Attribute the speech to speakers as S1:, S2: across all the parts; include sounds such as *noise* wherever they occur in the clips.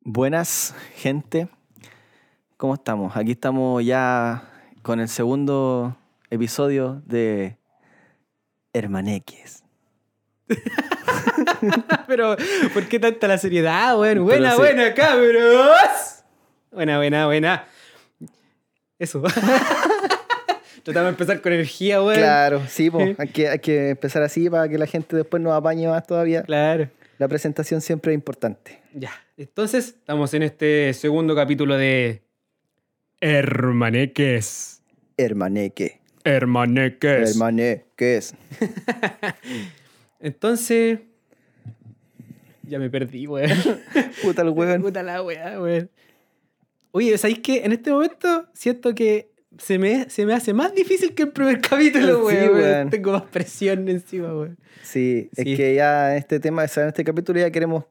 S1: Buenas, gente. ¿Cómo estamos? Aquí estamos ya con el segundo episodio de Hermaneques.
S2: Pero, ¿por qué tanta la seriedad? Bueno, buena,
S1: sí.
S2: buena, cabros. Buena, buena, buena. Eso. *laughs* Tratamos de empezar con energía, bueno.
S1: Claro, sí,
S2: *laughs*
S1: po. Hay, que, hay que empezar así para que la gente después nos apañe más todavía.
S2: Claro.
S1: La presentación siempre es importante.
S2: Ya. Entonces, estamos en este segundo capítulo de. Hermaneques.
S1: Hermaneque.
S2: Hermaneques.
S1: Hermaneques.
S2: Entonces. Ya me perdí, weón.
S1: Puta el hueón.
S2: Puta la weá, weón. Oye, ¿sabéis que en este momento siento que se me, se me hace más difícil que el primer *laughs* capítulo,
S1: Sí,
S2: weón?
S1: weón.
S2: weón. Tengo más presión encima, weón.
S1: Sí, es
S2: Sí.
S1: que ya este tema, o sea, en este capítulo ya queremos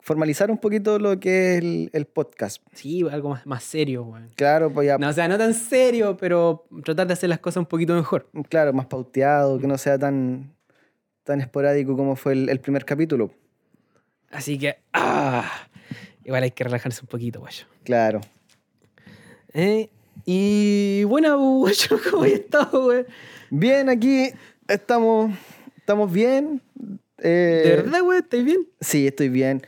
S1: formalizar un poquito lo que es el, el podcast.
S2: Sí, algo más, más serio, weón.
S1: Claro, pues ya
S2: No, o sea, no tan serio, pero tratar de hacer las cosas un poquito mejor.
S1: claro, más pauteado, que no sea tan, tan esporádico como fue el, el primer capítulo.
S2: Así que, ah, igual hay que relajarse un poquito, weón.
S1: Claro.
S2: ¿Eh? Y bueno, weón, *laughs* ¿cómo he estado, weón?
S1: Bien, aquí estamos, estamos bien. eh,
S2: ¿De verdad, weón? ¿Estáis bien?
S1: Sí, estoy bien.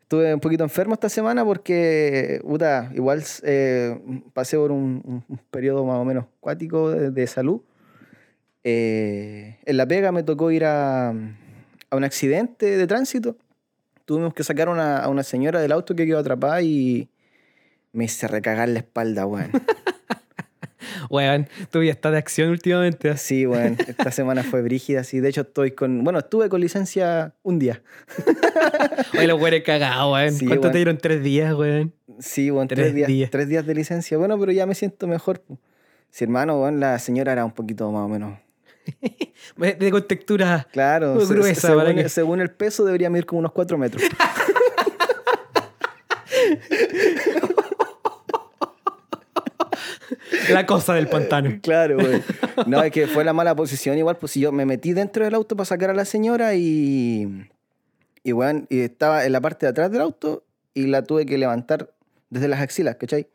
S1: Estuve un poquito enfermo esta semana porque, puta, igual eh, pasé por un, un- un periodo más o menos cuático de, de salud. Eh, en La Pega me tocó ir a, a un accidente de tránsito. Tuvimos que sacar a una- a una señora del auto que quedó atrapada y me hice recagar la espalda, weón.
S2: Weón, tú ya estás de acción últimamente.
S1: *laughs*
S2: así.
S1: Sí, weón. Esta semana fue brígida, sí. De hecho, estoy con. Bueno, estuve con licencia un día.
S2: Oye, los weones cagados, weón.
S1: Sí,
S2: ¿Cuánto
S1: weón.
S2: te dieron? Tres días, weón.
S1: Sí, bueno, tres,
S2: Tres
S1: días,
S2: días.
S1: tres días de licencia. Bueno, pero ya me siento mejor. po. Sí, hermano, bueno, la señora era un poquito más o menos.
S2: De de contextura.
S1: Claro,
S2: Muy
S1: se- se-
S2: gruesa,
S1: según,
S2: para que-
S1: según el peso debería medir como unos cuatro metros. *laughs*
S2: La cosa del pantano.
S1: claro, güey. No, es que fue la mala posición igual, pues si yo me metí dentro del auto para sacar a la señora y. Y, weón, y estaba en la parte de atrás del auto y la tuve que levantar desde las axilas, ¿cachai?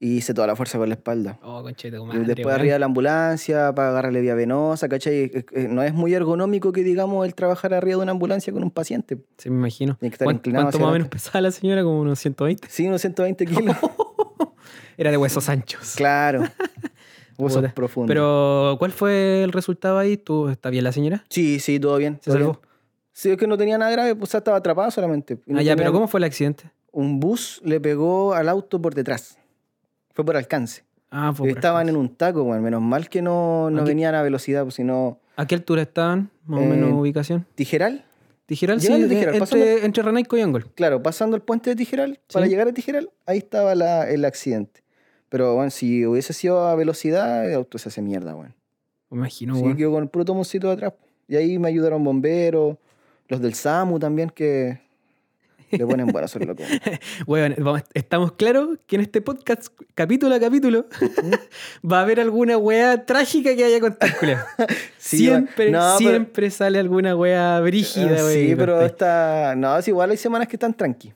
S1: Y hice toda la fuerza con la espalda.
S2: *laughs* Oh, conchete,
S1: Y Después arriba
S2: ¿eh?
S1: de la ambulancia, para agarrarle vía venosa, ¿cachai? Eh, eh, No es muy ergonómico que digamos el trabajar arriba de una ambulancia con un paciente.
S2: Sí, me imagino.
S1: Tiene que estar
S2: ¿Cuán-
S1: inclinado
S2: ¿Cuánto
S1: hacia
S2: más o menos
S1: adelante.
S2: pesaba la señora? Como unos 120.
S1: Sí, unos 120
S2: *laughs*
S1: kilos.
S2: Era de huesos anchos.
S1: claro. Huesos
S2: Puta.
S1: profundos.
S2: Pero, ¿cuál fue el resultado ahí? ¿Tú, ¿Está bien la señora?
S1: Sí, sí, todo bien.
S2: ¿Se
S1: todo
S2: salvó?
S1: bien. Sí, es que no tenía nada grave, pues o sea, estaba atrapado solamente. Y no
S2: Ah, ya,
S1: tenía-
S2: pero ¿cómo fue el accidente?
S1: Un bus le pegó al auto por detrás. Fue por alcance.
S2: Ah, fue por
S1: Estaban
S2: acá.
S1: en un taco, weón. Menos mal que no, no
S2: Aquí-
S1: venían a velocidad, pues si no...
S2: ¿A qué altura estaban? Más o menos
S1: Eh,
S2: ubicación.
S1: ¿Tijeral?
S2: Tijeral, sí,
S1: llegando a Tijeral,
S2: entre,
S1: pasando-
S2: entre Renaico y Angol.
S1: Claro, pasando el puente de Tijeral, para
S2: Sí.
S1: llegar a Tijeral, ahí estaba la- el accidente. Pero bueno, si hubiese sido a velocidad, el auto se hace mierda, bueno.
S2: Me imagino,
S1: sí,
S2: weón.
S1: quedó con el puro tomoncito de atrás. Y ahí me ayudaron bomberos, los del SAMU también, que le
S2: *laughs*
S1: ponen bueno, son locos.
S2: Weón, vamos- estamos claros que en este podcast, capítulo a capítulo,
S1: ¿Mm?
S2: *laughs* va a haber alguna weá trágica que haya contado, culiao.
S1: Sí,
S2: siempre,
S1: bueno, no, pero-
S2: siempre sale alguna wea brígida,
S1: Ah,
S2: wey.
S1: sí, pero
S2: ¿cachai?
S1: esta. No, es igual hay semanas que están tranqui.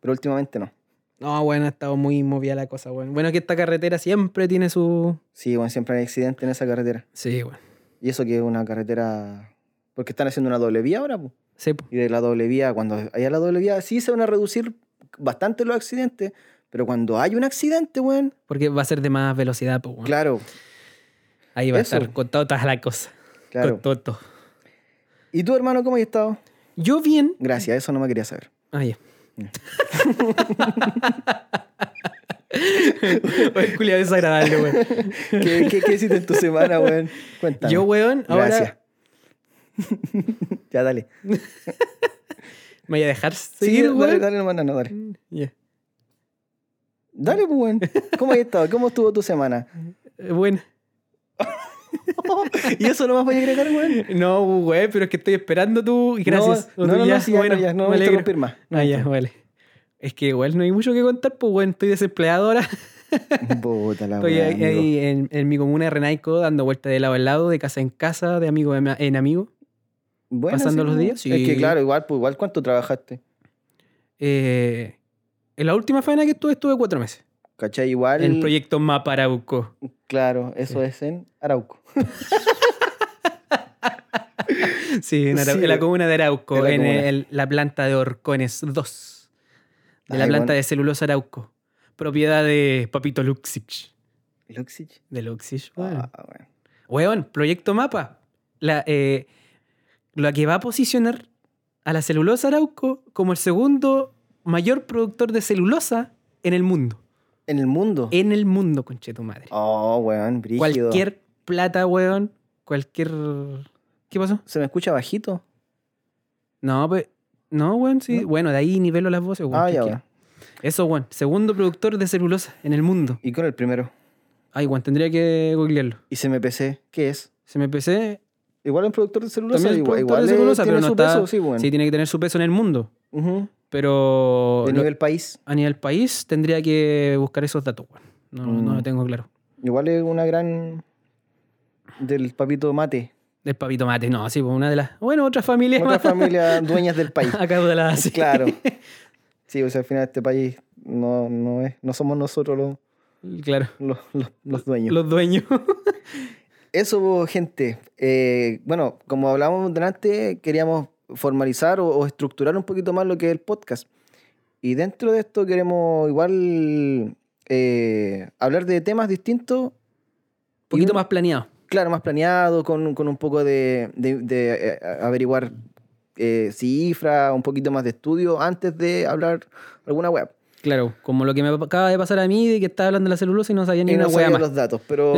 S1: Pero últimamente no.
S2: No, bueno, ha estado muy movida la cosa, weón. Bueno, que esta carretera siempre tiene su.
S1: Sí, bueno, siempre hay accidentes en esa carretera.
S2: Sí, weón.
S1: Y eso que es una carretera. Porque están haciendo una doble vía ahora, pues.
S2: Sí, po.
S1: Y de la doble vía, cuando haya la doble vía, sí se van a reducir bastante los accidentes, pero cuando hay un accidente, weón,
S2: porque va a ser de más velocidad, pues, weón.
S1: claro,
S2: Ahí va
S1: eso.
S2: a estar con todas la cosa.
S1: claro.
S2: Con todo.
S1: ¿Y tú, hermano, cómo has estado?
S2: Yo bien.
S1: Gracias, eso no me quería saber.
S2: Ah,
S1: *laughs*
S2: ya.
S1: Ya.
S2: Weón, culiao desagradable, weón.
S1: ¿Qué, qué,
S2: *laughs*
S1: qué hiciste en tu semana, weón? Cuéntame.
S2: Yo, weón, ahora
S1: Gracias. *laughs* ya, dale.
S2: me voy a dejar
S1: Sí,
S2: seguir,
S1: dale,
S2: weón.
S1: dale, hermano, no, dale.
S2: Ya.
S1: Dale, pues, weón. ¿Cómo has estado? ¿Cómo estuvo tu
S2: *laughs*
S1: semana?
S2: Eh, Bueno.
S1: ¿Y eso no más voy a agregar, weón?
S2: No, güey, pero es que estoy esperando tú. Gracias.
S1: No, no, no, no, sí, ya, no, ya, no
S2: me
S1: voy a
S2: alegro.
S1: interrumpir más. No,
S2: Ah, ya, vale. Es que igual no hay mucho que contar, pues, güey, estoy desempleado ahora.
S1: Puta la
S2: Estoy
S1: weá,
S2: ahí,
S1: amigo.
S2: ahí en, en mi comuna de Renaico, dando vueltas de lado a lado, de casa en casa, de amigo en en amigo.
S1: Bueno,
S2: pasando
S1: sí,
S2: los
S1: pues.
S2: días,
S1: Es que
S2: sí.
S1: claro, igual, pues, igual, ¿cuánto trabajaste?
S2: Eh, En la última faena que estuve, estuve cuatro meses.
S1: ¿Cachai? Igual.
S2: En proyecto Maparauco.
S1: Claro, eso
S2: Sí.
S1: es en Arauco.
S2: *laughs* Sí, en, Arau-
S1: Sí.
S2: en la comuna de Arauco,
S1: En
S2: en,
S1: la comuna.
S2: el- la planta de Orcones 2, de la
S1: Ay,
S2: planta
S1: bueno.
S2: de celulosa Arauco, propiedad de Papito Luxich.
S1: Luxich.
S2: De Luxich, weón.
S1: Ah, bueno.
S2: Weón, proyecto mapa. La, eh, la que va a posicionar a la celulosa Arauco como el segundo mayor productor de celulosa en el mundo.
S1: En el mundo.
S2: En el mundo, conche tu madre.
S1: Oh, weón, brígido.
S2: cualquier plata, weón, cualquier. ¿Qué pasó?
S1: ¿Se me escucha bajito?
S2: No, pues. No, weón, sí.
S1: ¿No?
S2: Bueno, de ahí nivelo las voces, weón.
S1: ah,
S2: que
S1: ya,
S2: quiera.
S1: weón.
S2: Eso, weón. Segundo productor de celulosa en el mundo.
S1: Y con el primero.
S2: Ay, weón, tendría que googlearlo.
S1: Y CMPC, ¿qué es?
S2: Se me empecé.
S1: Igual un productor de celulosa.
S2: También es
S1: igual,
S2: productor de
S1: igual, eh,
S2: celulosa,
S1: tiene
S2: pero no
S1: su
S2: está-
S1: peso, sí, bueno.
S2: Sí, tiene Oh, que tener su peso en el mundo.
S1: Ujú.
S2: Pero.
S1: De
S2: lo-
S1: nivel país.
S2: A nivel país tendría que buscar esos datos, weón. No, no, no
S1: Mm.
S2: lo tengo claro.
S1: Igual es una gran. del papito mate.
S2: Del papito mate, no, sí, pues una de las. Bueno, otra familia
S1: Otra
S2: más. *laughs*
S1: familia dueñas del país.
S2: Acá de las. sí.
S1: Claro. Sí, o sea, al final este país no, no, es, no somos nosotros los,
S2: *laughs* Claro.
S1: los, los- los dueños.
S2: Los dueños. *laughs*
S1: Eso, po, gente. Eh, bueno, como hablábamos delante, queríamos formalizar o, o estructurar un poquito más lo que es el podcast. Y dentro de esto queremos igual eh, hablar de temas distintos,
S2: Un poquito
S1: un-
S2: más planeado.
S1: claro, más planeado, con, con un poco de, de- de, eh, averiguar eh, cifras, un poquito más de estudio antes de hablar alguna web.
S2: Claro, como lo que me acaba de pasar a mí de que estaba hablando de la celulosa y no sabía ni
S1: Y
S2: una
S1: no
S2: hueá
S1: sabía
S2: más.
S1: los datos,
S2: *laughs*
S1: pero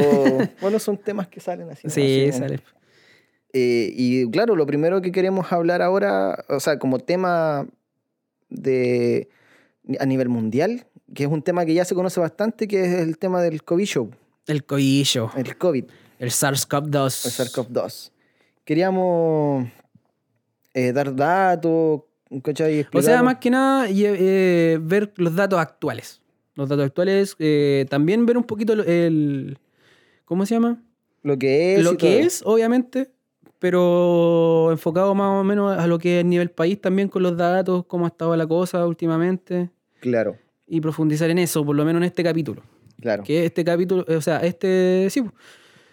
S1: bueno, son temas que salen así. ¿no?
S2: Sí,
S1: Así, ¿no?
S2: sale.
S1: Eh, y claro, lo primero que queremos hablar ahora, o sea, como tema de a nivel mundial, que es un tema que ya se conoce bastante, que es el tema del COVID show,
S2: El coillo,
S1: el COVID,
S2: el SARS-CoV-2.
S1: el SARS-CoV-2. Queríamos eh, dar datos, ¿cachai?
S2: O sea,
S1: Explicar-
S2: más que nada, y- eh, ver los datos actuales. Los datos actuales, eh, también ver un poquito lo- el. ¿Cómo se llama?
S1: lo que es. y
S2: lo
S1: todo.
S2: que es, obviamente, pero enfocado más o menos a lo que es nivel país también con los datos, cómo ha estado la cosa últimamente
S1: Claro,
S2: y profundizar en eso, por lo menos en este capítulo.
S1: claro.
S2: Que este capítulo, eh, o sea, este, sí, po,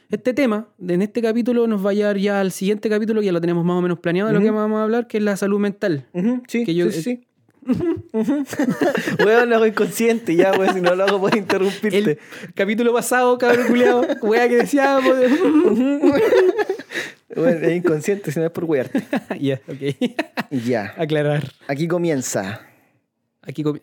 S2: este tema, en este capítulo nos va a llevar ya al siguiente capítulo, que ya lo tenemos más o menos planeado, de lo
S1: Ujú.
S2: que vamos a hablar, que es la salud mental.
S1: Ujú, sí,
S2: que yo-
S1: sí, sí, sí. *laughs* Weón, lo hago inconsciente ya, weón. Si no lo hago, puedes
S2: El
S1: interrumpirte.
S2: capítulo pasado,
S1: *laughs*
S2: cabrón culiado, wea que decíamos.
S1: Weón, es inconsciente, si no es por wearte.
S2: *laughs* ya, ok.
S1: Ya.
S2: Aclarar.
S1: Aquí comienza.
S2: Aquí comi-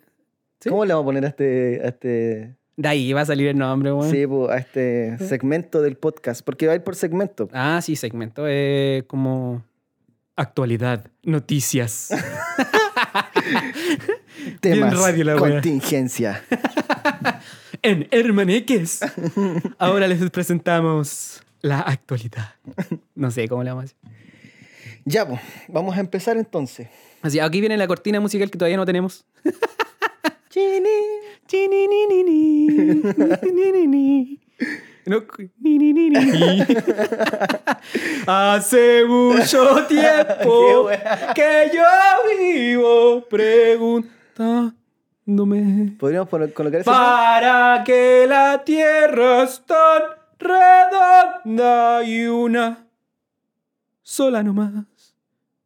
S2: ¿Sí?
S1: ¿Cómo le vamos a poner a este, a este,
S2: De ahí va a salir el nombre, weón.
S1: sí, po, a este segmento del podcast? Porque va a ir por segmento.
S2: Ah, sí, segmento eh, como actualidad, noticias.
S1: Temas,
S2: radio la wea. *laughs*
S1: contingencia.
S2: en Hermaneques. Ahora les presentamos la actualidad. No sé cómo le vamos a decir.
S1: Ya, po, vamos a empezar entonces.
S2: Así, aquí viene la cortina musical que todavía no tenemos. No, cu- ni, ni, ni, ni. Hace *laughs* mucho tiempo que yo vivo preguntándome.
S1: Podríamos poner- colocar ese.
S2: Para que la tierra es tan redonda y una sola nomás.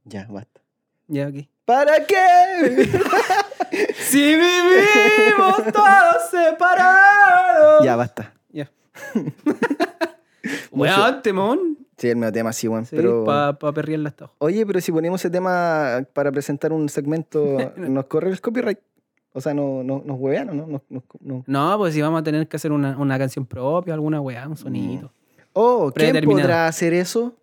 S1: Ya, basta.
S2: Ya, aquí.
S1: ¿Para qué?
S2: *laughs* Si vivimos todos separados.
S1: ya, basta.
S2: Ya.
S1: Mucho-
S2: Weón, temón.
S1: Sí, el medio tema, sí, weón.
S2: Sí,
S1: pero...
S2: para pa perrearla hasta abajo.
S1: Oye, pero si ponemos ese tema para presentar un
S2: *laughs*
S1: segmento, nos corre el copyright. O sea, no, no, nos huevearon, ¿no? Nos, nos- no.
S2: No, pues si vamos a tener que hacer una, una canción propia, alguna weá, un sonidito.
S1: Oh, ¿quién
S2: Predeterminado.
S1: podrá hacer eso?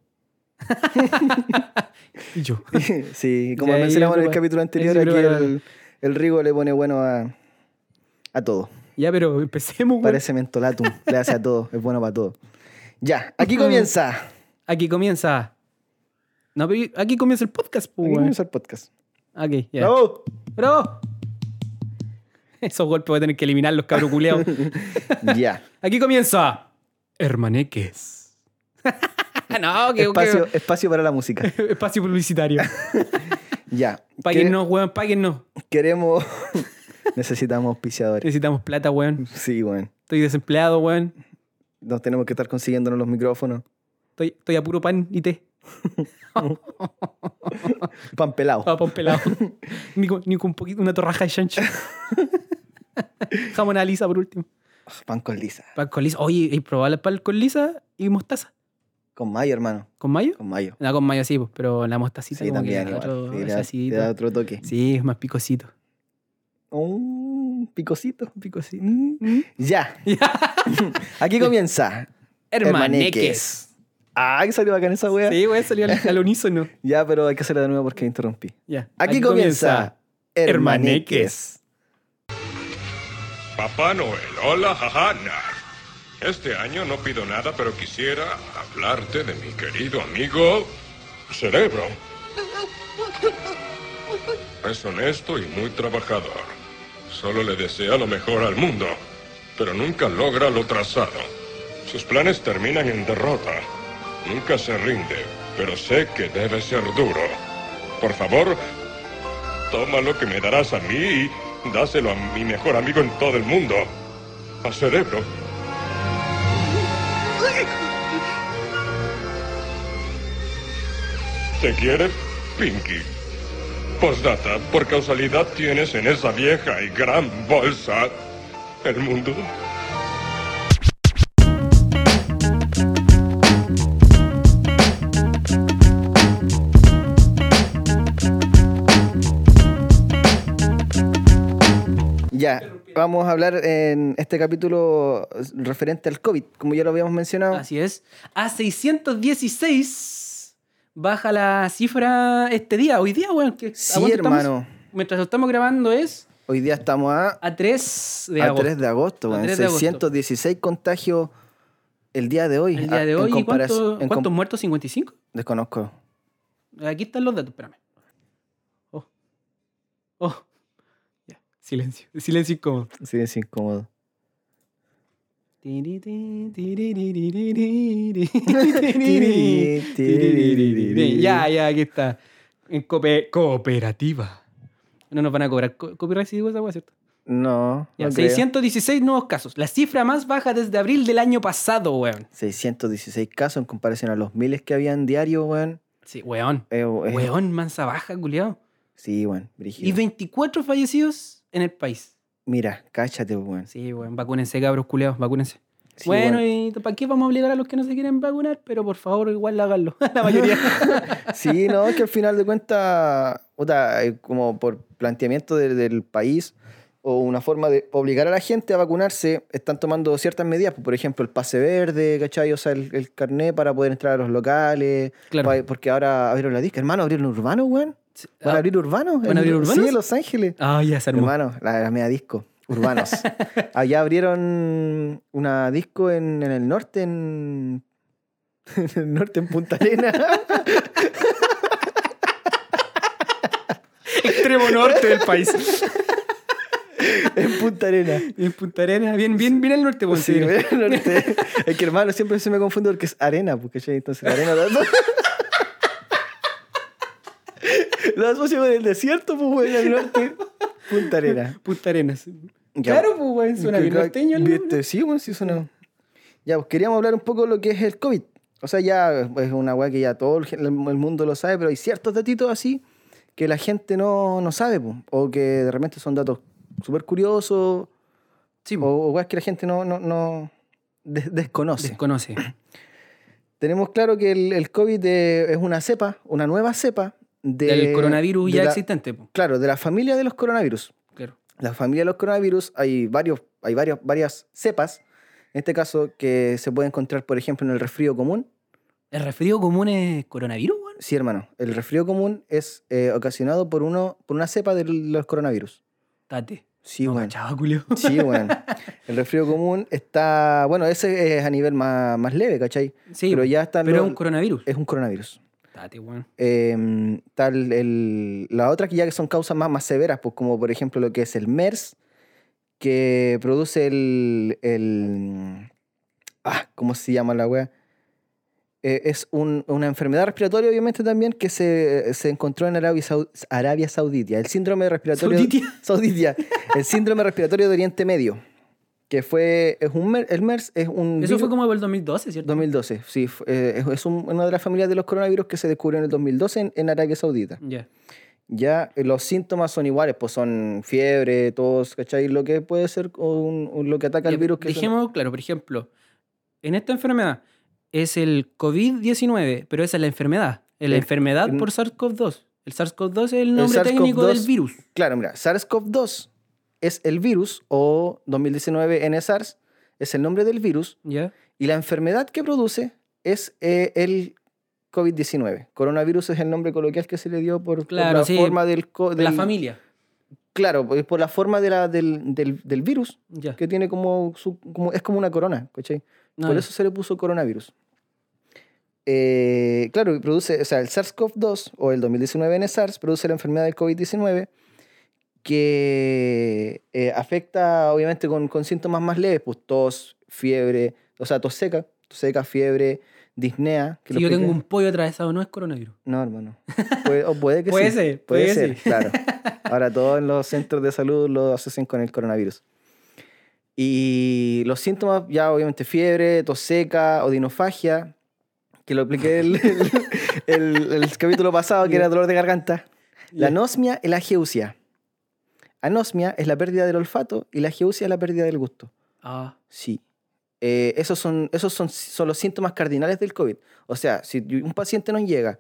S2: Y yo.
S1: *laughs* sí, como
S2: Ya, ahí
S1: mencionamos en el
S2: lo-
S1: capítulo anterior,
S2: sí,
S1: aquí
S2: pero-
S1: el, el Rigo le pone bueno a, a todo.
S2: Ya, pero empecemos, weón.
S1: Parece mentolatum, le hace a todo, es bueno para todo. Ya, aquí comienza.
S2: Aquí comienza. No, pero aquí comienza el podcast, pues,
S1: Aquí
S2: weón.
S1: comienza el podcast.
S2: Aquí, ya. *laughs*
S1: ¡Bravo!
S2: ¡Bravo! Esos golpes voy a tener que eliminarlos, cabros culeados.
S1: ya.
S2: Aquí comienza.
S1: *laughs*
S2: Hermaneques. no, que
S1: Espacio, espacio para la música.
S2: que- espacio
S1: *laughs*
S2: publicitario.
S1: Ya.
S2: *laughs* Páguennos, weón, páguennos.
S1: Queremos. *laughs* Necesitamos auspiciadores.
S2: Necesitamos plata, weón.
S1: Sí, weón.
S2: Estoy desempleado, weón.
S1: Nos tenemos que estar consiguiéndonos los micrófonos.
S2: Estoy, estoy a puro pan y té.
S1: Pan pelado.
S2: Ah, pan
S1: *laughs*
S2: pelado. ni, con, ni con un poquito, una torraja de chancho. Jamón a lisa, por último.
S1: Pan con lisa.
S2: Pan con lisa. Oye, y probar el pan con lisa y mostaza.
S1: Con mayo, hermano.
S2: ¿Con mayo?
S1: Con mayo.
S2: No, con mayo sí, pues, pero la mostacita
S1: Sí,
S2: como que
S1: también.
S2: le da
S1: igual.
S2: otro
S1: Sí, le da-
S2: sacidito.
S1: le da otro toque.
S2: Sí, es más picosito.
S1: Un picocito.
S2: Picosito.
S1: Mm.
S2: *laughs*
S1: Ya. Aquí comienza.
S2: Hermaneques.
S1: Ah, que salió bacán esa wea.
S2: Sí, güey, salió al, al unísono.
S1: Ya, pero hay que hacerla de nuevo porque interrumpí.
S2: Ya.
S1: *laughs* Aquí, comienza.
S2: Hermaneques.
S3: Papá Noel, hola, jaja, nah. Este año no pido nada, pero quisiera hablarte de mi querido amigo Cerebro. Es honesto y muy trabajador. Solo le desea lo mejor al mundo, pero nunca logra lo trazado. Sus planes terminan en derrota. Nunca se rinde, pero sé que debe ser duro. Por favor, Toma lo que me darás a mí y dáselo a mi mejor amigo en todo el mundo. A cerebro. ¿Te quiere, Pinky? Postdata, por causalidad tienes en esa vieja y gran bolsa el mundo.
S1: Ya, vamos a hablar en este capítulo referente al COVID, como ya lo habíamos mencionado.
S2: Así es. A 616 baja la cifra este día, hoy día, güey. que- ¿a
S1: Sí,
S2: cuánto estamos?
S1: hermano.
S2: Mientras lo estamos grabando es
S1: Hoy día estamos a,
S2: a 3 de
S1: a
S2: agosto.
S1: 3 de agosto,
S2: A
S1: weón.
S2: 3 de agosto.
S1: 616 contagios el día de hoy.
S2: El
S1: Ah,
S2: día de
S1: en
S2: hoy, ¿y
S1: comparación-
S2: cuánto-
S1: en
S2: cuántos
S1: com-
S2: muertos? ¿55?
S1: Desconozco.
S2: Aquí están los datos, espérame. Oh. Oh. Ya, silencio. Silencio incómodo.
S1: *laughs*
S2: *laughs*
S1: Sí, es incómodo.
S2: Ya, ya, aquí está. En cope- cooperativa. No nos van a cobrar co- copyright si digo esa hueá, ¿cierto?
S1: No,
S2: Ya,
S1: no creo.
S2: 616 nuevos casos. La cifra más baja desde abril del año pasado, weón.
S1: 616 casos en comparación a los miles que habían diario, weón.
S2: Sí, weón.
S1: Eh, eh,
S2: Weón, mansa baja, culiao.
S1: Sí, weón, brígido.
S2: Y 24 fallecidos en el país.
S1: Mira, cáchate, weón.
S2: Sí, weón, vacúnense, cabros, culiados, vacúnense.
S1: Sí,
S2: bueno,
S1: weón.
S2: ¿y para qué vamos a obligar a los que no se quieren vacunar? Pero por favor, igual háganlo. *laughs*
S1: *laughs*
S2: La mayoría.
S1: Sí, no, es que al final de cuentas, puta, eh, como por planteamiento de- del país o una forma de obligar a la gente a vacunarse, están tomando ciertas medidas, por ejemplo, el pase verde, ¿cachai? O sea, el, el carnet para poder entrar a los locales,
S2: Claro.
S1: pa- porque ahora abrieron la disca, hermano, abrieron urbano, weón. ¿Van a abrir urbanos?
S2: Ah, ¿Van a abrir
S1: En-
S2: urbanos?
S1: Sí, en Los Ángeles.
S2: Ah, ya se armó.
S1: Hermano, la, la media disco, urbanos. Allá abrieron una disco en, en el norte, en, *laughs* en el norte, en Punta
S2: *laughs*
S1: Arena.
S2: *laughs* Extremo norte del
S1: *laughs*
S2: país.
S1: en Punta Arena.
S2: En Punta Arenas, bien, bien, bien al norte, weón.
S1: Sí,
S2: te diré.
S1: en el
S2: *laughs*
S1: norte. Es que hermano, siempre se me confundo porque es arena, porque entonces la arena. *laughs* Lo asocio con el desierto, pues, güey, al norte. Punta Arena.
S2: Punta Arenas. Claro, pues, weón, suena bien norteño el nombre.
S1: ¿Viste? Sí, bueno, sí suena. Ya, pues queríamos hablar un poco de lo que es el COVID. O sea, ya pues, es una weá que ya todo el, gen- el mundo lo sabe, pero hay ciertos datitos así que la gente no, no sabe, pues, o que de repente son datos súper curiosos,
S2: Sí, pues.
S1: o, o weas que la gente no, no, no des- desconoce.
S2: desconoce.
S1: Tenemos claro que el, el COVID de- es una cepa, una nueva cepa de-
S2: Del coronavirus
S1: de
S2: ya
S1: la-
S2: existente, pues.
S1: Claro, de la familia de los coronavirus.
S2: Claro.
S1: La familia de los coronavirus hay, varios, hay varios, varias cepas, en este caso, que se puede encontrar, por ejemplo, en el resfrío común.
S2: ¿El resfrío común es coronavirus, weón?
S1: Sí, hermano, el resfrío común es eh, ocasionado por, uno, por una cepa de los coronavirus.
S2: Tate.
S1: Sí,
S2: no,
S1: bueno.
S2: cachaba, culio.
S1: Sí,
S2: *laughs*
S1: bueno. El resfrío común está, bueno, ese es a nivel más, más leve, ¿cachai?
S2: Sí,
S1: pero
S2: pero,
S1: ya está...
S2: es un coronavirus.
S1: es un coronavirus.
S2: Tate, weón.
S1: eh, tal el, la otra que ya que son causas más, más severas, pues como por ejemplo lo que es el MERS, que produce el, el ah, ¿cómo se llama la wea? eh, es un- una enfermedad respiratoria, obviamente, también, que se, se encontró en Arabia, Sau- Arabia Saudita. El síndrome respiratorio. *laughs*
S2: *laughs* Sauditia.
S1: Sauditia. El síndrome respiratorio de Oriente Medio. Que fue. Es un, mer- el MERS es un.
S2: Eso
S1: virus-
S2: fue como por el 2012, ¿cierto?
S1: 2012, sí. fu- eh, es- es un- una de las familias de los coronavirus que se descubrió en el 2012 en, en Arabia Saudita.
S2: Ya.
S1: Ya eh, los síntomas son iguales, pues son fiebre, tos, ¿cachai? Lo que puede ser un- un- lo que ataca el
S2: Ya,
S1: virus. Que son-
S2: Dejemos, claro, por ejemplo, en esta enfermedad es el COVID-19, pero esa es la enfermedad. Es la
S1: Eh,
S2: enfermedad
S1: en-
S2: por SARS-CoV-2. El SARS-CoV-2 es el nombre técnico
S1: SARS-CoV-2
S2: del virus.
S1: Claro, mira, SARS-CoV-2 es el virus o 2019 NSARS es el nombre del virus
S2: ¿Ya?
S1: y la enfermedad que produce es eh, el COVID-19. Coronavirus es el nombre coloquial que se le dio por, por
S2: Claro,
S1: la
S2: sí,
S1: forma del, co-
S2: De la
S1: del-
S2: familia.
S1: Claro, por por la forma de la- del, del- del virus
S2: Ya.
S1: que tiene como, su- como- es como una corona, ¿cachai?
S2: No,
S1: Por
S2: Ah, ya.
S1: eso se le puso coronavirus. Eh, claro, y produce, o sea, el SARS-CoV-2 o el 2019 NSARS produce la enfermedad del COVID-19 que eh, afecta obviamente con, con síntomas más leves, pues tos, fiebre, o sea, tos seca, tos seca, fiebre, disnea. que
S2: Si
S1: lo
S2: yo tengo
S1: expliqué-
S2: un pollo atravesado, no es coronavirus.
S1: No, hermano. Puede, o puede
S2: *laughs*
S1: que
S2: Puede
S1: sí.
S2: ser,
S1: Puede,
S2: puede
S1: ser,
S2: sí. *laughs*
S1: claro. Ahora todos los centros de salud lo asocian con el coronavirus. Y los síntomas, ya obviamente fiebre, tos seca, odinofagia, que lo expliqué
S2: *laughs*
S1: el, el, el- el capítulo pasado, que
S2: Ya.
S1: era dolor de garganta. La
S2: Ya.
S1: anosmia y la geusia. Anosmia es la pérdida del olfato y la geusia es la pérdida del gusto.
S2: Ah,
S1: Sí. Eh, esos son, esos son, son los síntomas cardinales del COVID. O sea, si un paciente nos llega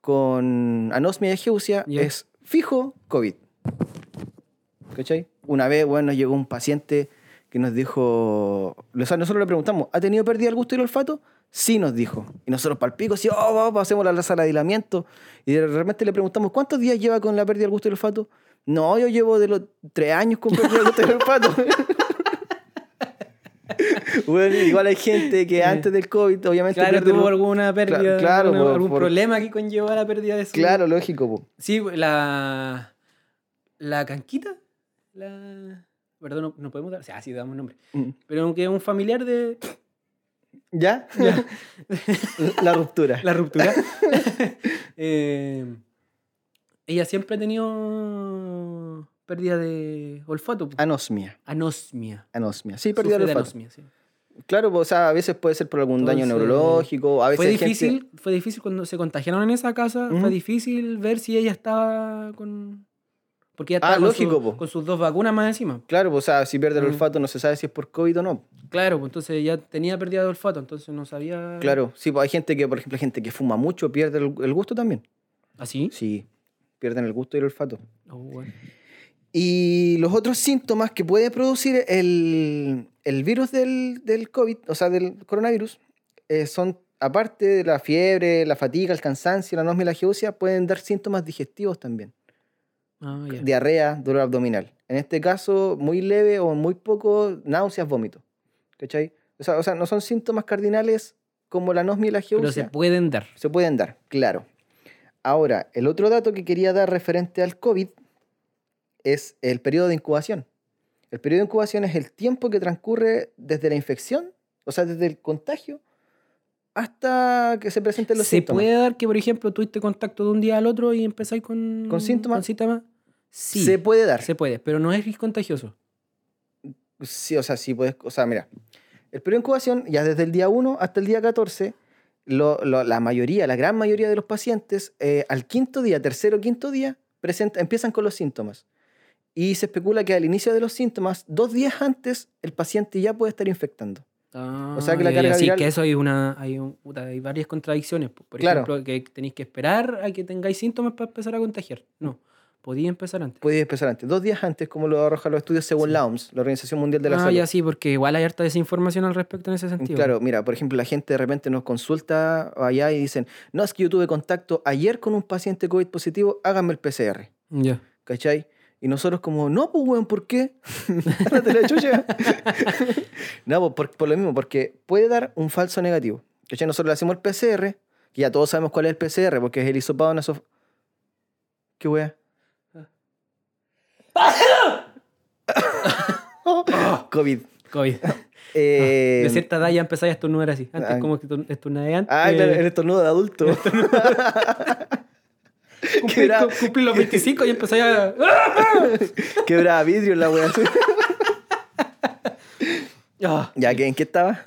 S1: con anosmia y geusia,
S2: Ya.
S1: es fijo COVID. ¿Cachai? Una vez, bueno, nos llegó un paciente que nos dijo, o sea, nosotros le preguntamos, ¿ha tenido pérdida del gusto y el olfato? Sí, nos dijo. Y nosotros palpico, sí, oh, vamos, hacemos la sala de aislamiento. Y de repente le preguntamos, ¿cuántos días lleva con la pérdida del gusto y el olfato? No, yo llevo de los tres años con pérdida del gusto y el olfato. *laughs* Bueno, igual hay gente que antes del COVID, obviamente,
S2: claro,
S1: pierde el-
S2: tuvo alguna pérdida,
S1: claro,
S2: alguna-
S1: por-
S2: algún
S1: por-
S2: problema que conllevó a la pérdida de su...
S1: Claro, lógico. po.
S2: Sí, pues, la... La canquita, la... Perdón, no, no podemos dar... O sea, sí, damos nombre.
S1: Mm.
S2: Pero aunque es un familiar de...
S1: ¿Ya? *laughs* la ruptura.
S2: La
S1: *laughs*
S2: ruptura. Eh, ella siempre ha tenido pérdida de olfato.
S1: Anosmia.
S2: Anosmia.
S1: Anosmia. Ah. Sí,
S2: Sufre
S1: pérdida
S2: de
S1: del olfato.
S2: anosmia, sí.
S1: Claro, pues, o sea, a veces puede ser por algún daño
S2: Entonces,
S1: neurológico, a veces
S2: Fue
S1: gente-
S2: difícil, fue difícil cuando se contagiaron en esa casa,
S1: Ujú.
S2: fue difícil ver si ella estaba con... Porque ella
S1: Ah,
S2: estaba con, su-
S1: lógico, po.
S2: con sus dos vacunas más encima.
S1: Claro, pues, o sea, si pierde el
S2: Mm.
S1: olfato no se sabe si es por COVID o no.
S2: Claro, pues entonces ya tenía pérdida de olfato, entonces no sabía...
S1: Claro, sí, pues hay gente que, por ejemplo, hay gente que fuma mucho pierde el, el gusto también.
S2: ¿Así?
S1: Sí, pierden el gusto y el olfato.
S2: ¿Ah, Oh, bueno.
S1: Y los otros síntomas que puede producir el, el virus del, del COVID, o sea, del coronavirus, eh, son, aparte de la fiebre, la fatiga, el cansancio, la anosmia y la geusia, pueden dar síntomas digestivos también.
S2: Ah, ya.
S1: Diarrea, dolor abdominal. En este caso, muy leve o muy poco, náuseas, vómito. ¿Cachai? O sea, o sea, no son síntomas cardinales como la anosmia y la
S2: Pero se
S1: geusia.
S2: pueden dar.
S1: Se pueden dar, claro. Ahora, el otro dato que quería dar referente al COVID es el periodo de incubación. El periodo de incubación es el tiempo que transcurre desde la infección, o sea, desde el contagio, hasta que se presenten los
S2: ¿Se
S1: síntomas.
S2: puede dar que, por ejemplo, tuviste contacto de un día al otro y empezáis con,
S1: ¿Con síntomas?
S2: Sí,
S1: Se puede dar.
S2: se puede, pero no es contagioso.
S1: Sí, o sea, sí puedes. O sea, mira, el periodo de incubación, ya desde el día 1 hasta el día 14, lo- lo- la mayoría, la gran mayoría de los pacientes, eh, al quinto día, tercero quinto día, presenta- empiezan con los síntomas. Y se especula que al inicio de los síntomas, dos días antes, el paciente ya puede estar infectando.
S2: o
S1: sea que la carga
S2: Ah, sí,
S1: viral-
S2: que eso hay una hay, un- puta, hay varias contradicciones. po. Por
S1: Claro.
S2: ejemplo, que tenéis que esperar a que tengáis síntomas para empezar a contagiar. No, podía empezar antes.
S1: Puede empezar antes. Dos días antes, como lo arrojan los estudios según
S2: Sí.
S1: la OMS, la Organización Mundial de la
S2: ah,
S1: Salud.
S2: ya sí, porque igual hay harta desinformación al respecto en ese sentido.
S1: Claro, mira, por ejemplo, la gente de repente nos consulta allá y dicen, no, es que yo tuve contacto ayer con un paciente COVID positivo, háganme el PCR.
S2: Ya.
S1: ¿cachai? Y nosotros como, no, pues, weón, ¿por qué? *laughs* Ándate la *laughs* chucha. no, pues, por, por lo mismo, porque puede dar un falso negativo. ¿Cachai? Nosotros le hacemos el PCR, que ya todos sabemos cuál es el PCR, porque es el hisopado naso... ¿Qué *laughs* weá? COVID.
S2: COVID.
S1: *laughs* Eh,
S2: de cierta edad ya empezáis a estornudar así. Antes
S1: ah.
S2: como que estorn- estornudé antes. Eh,
S1: Ah, claro,
S2: *laughs*
S1: el estornudo de adulto. que
S2: cumplí,
S1: era-
S2: cu- cumplí los 25 y empezáis a...
S1: *laughs* Quebraba vidrio la wea. *laughs*
S2: Ah,
S1: ya, ¿qué- ¿en qué estaba?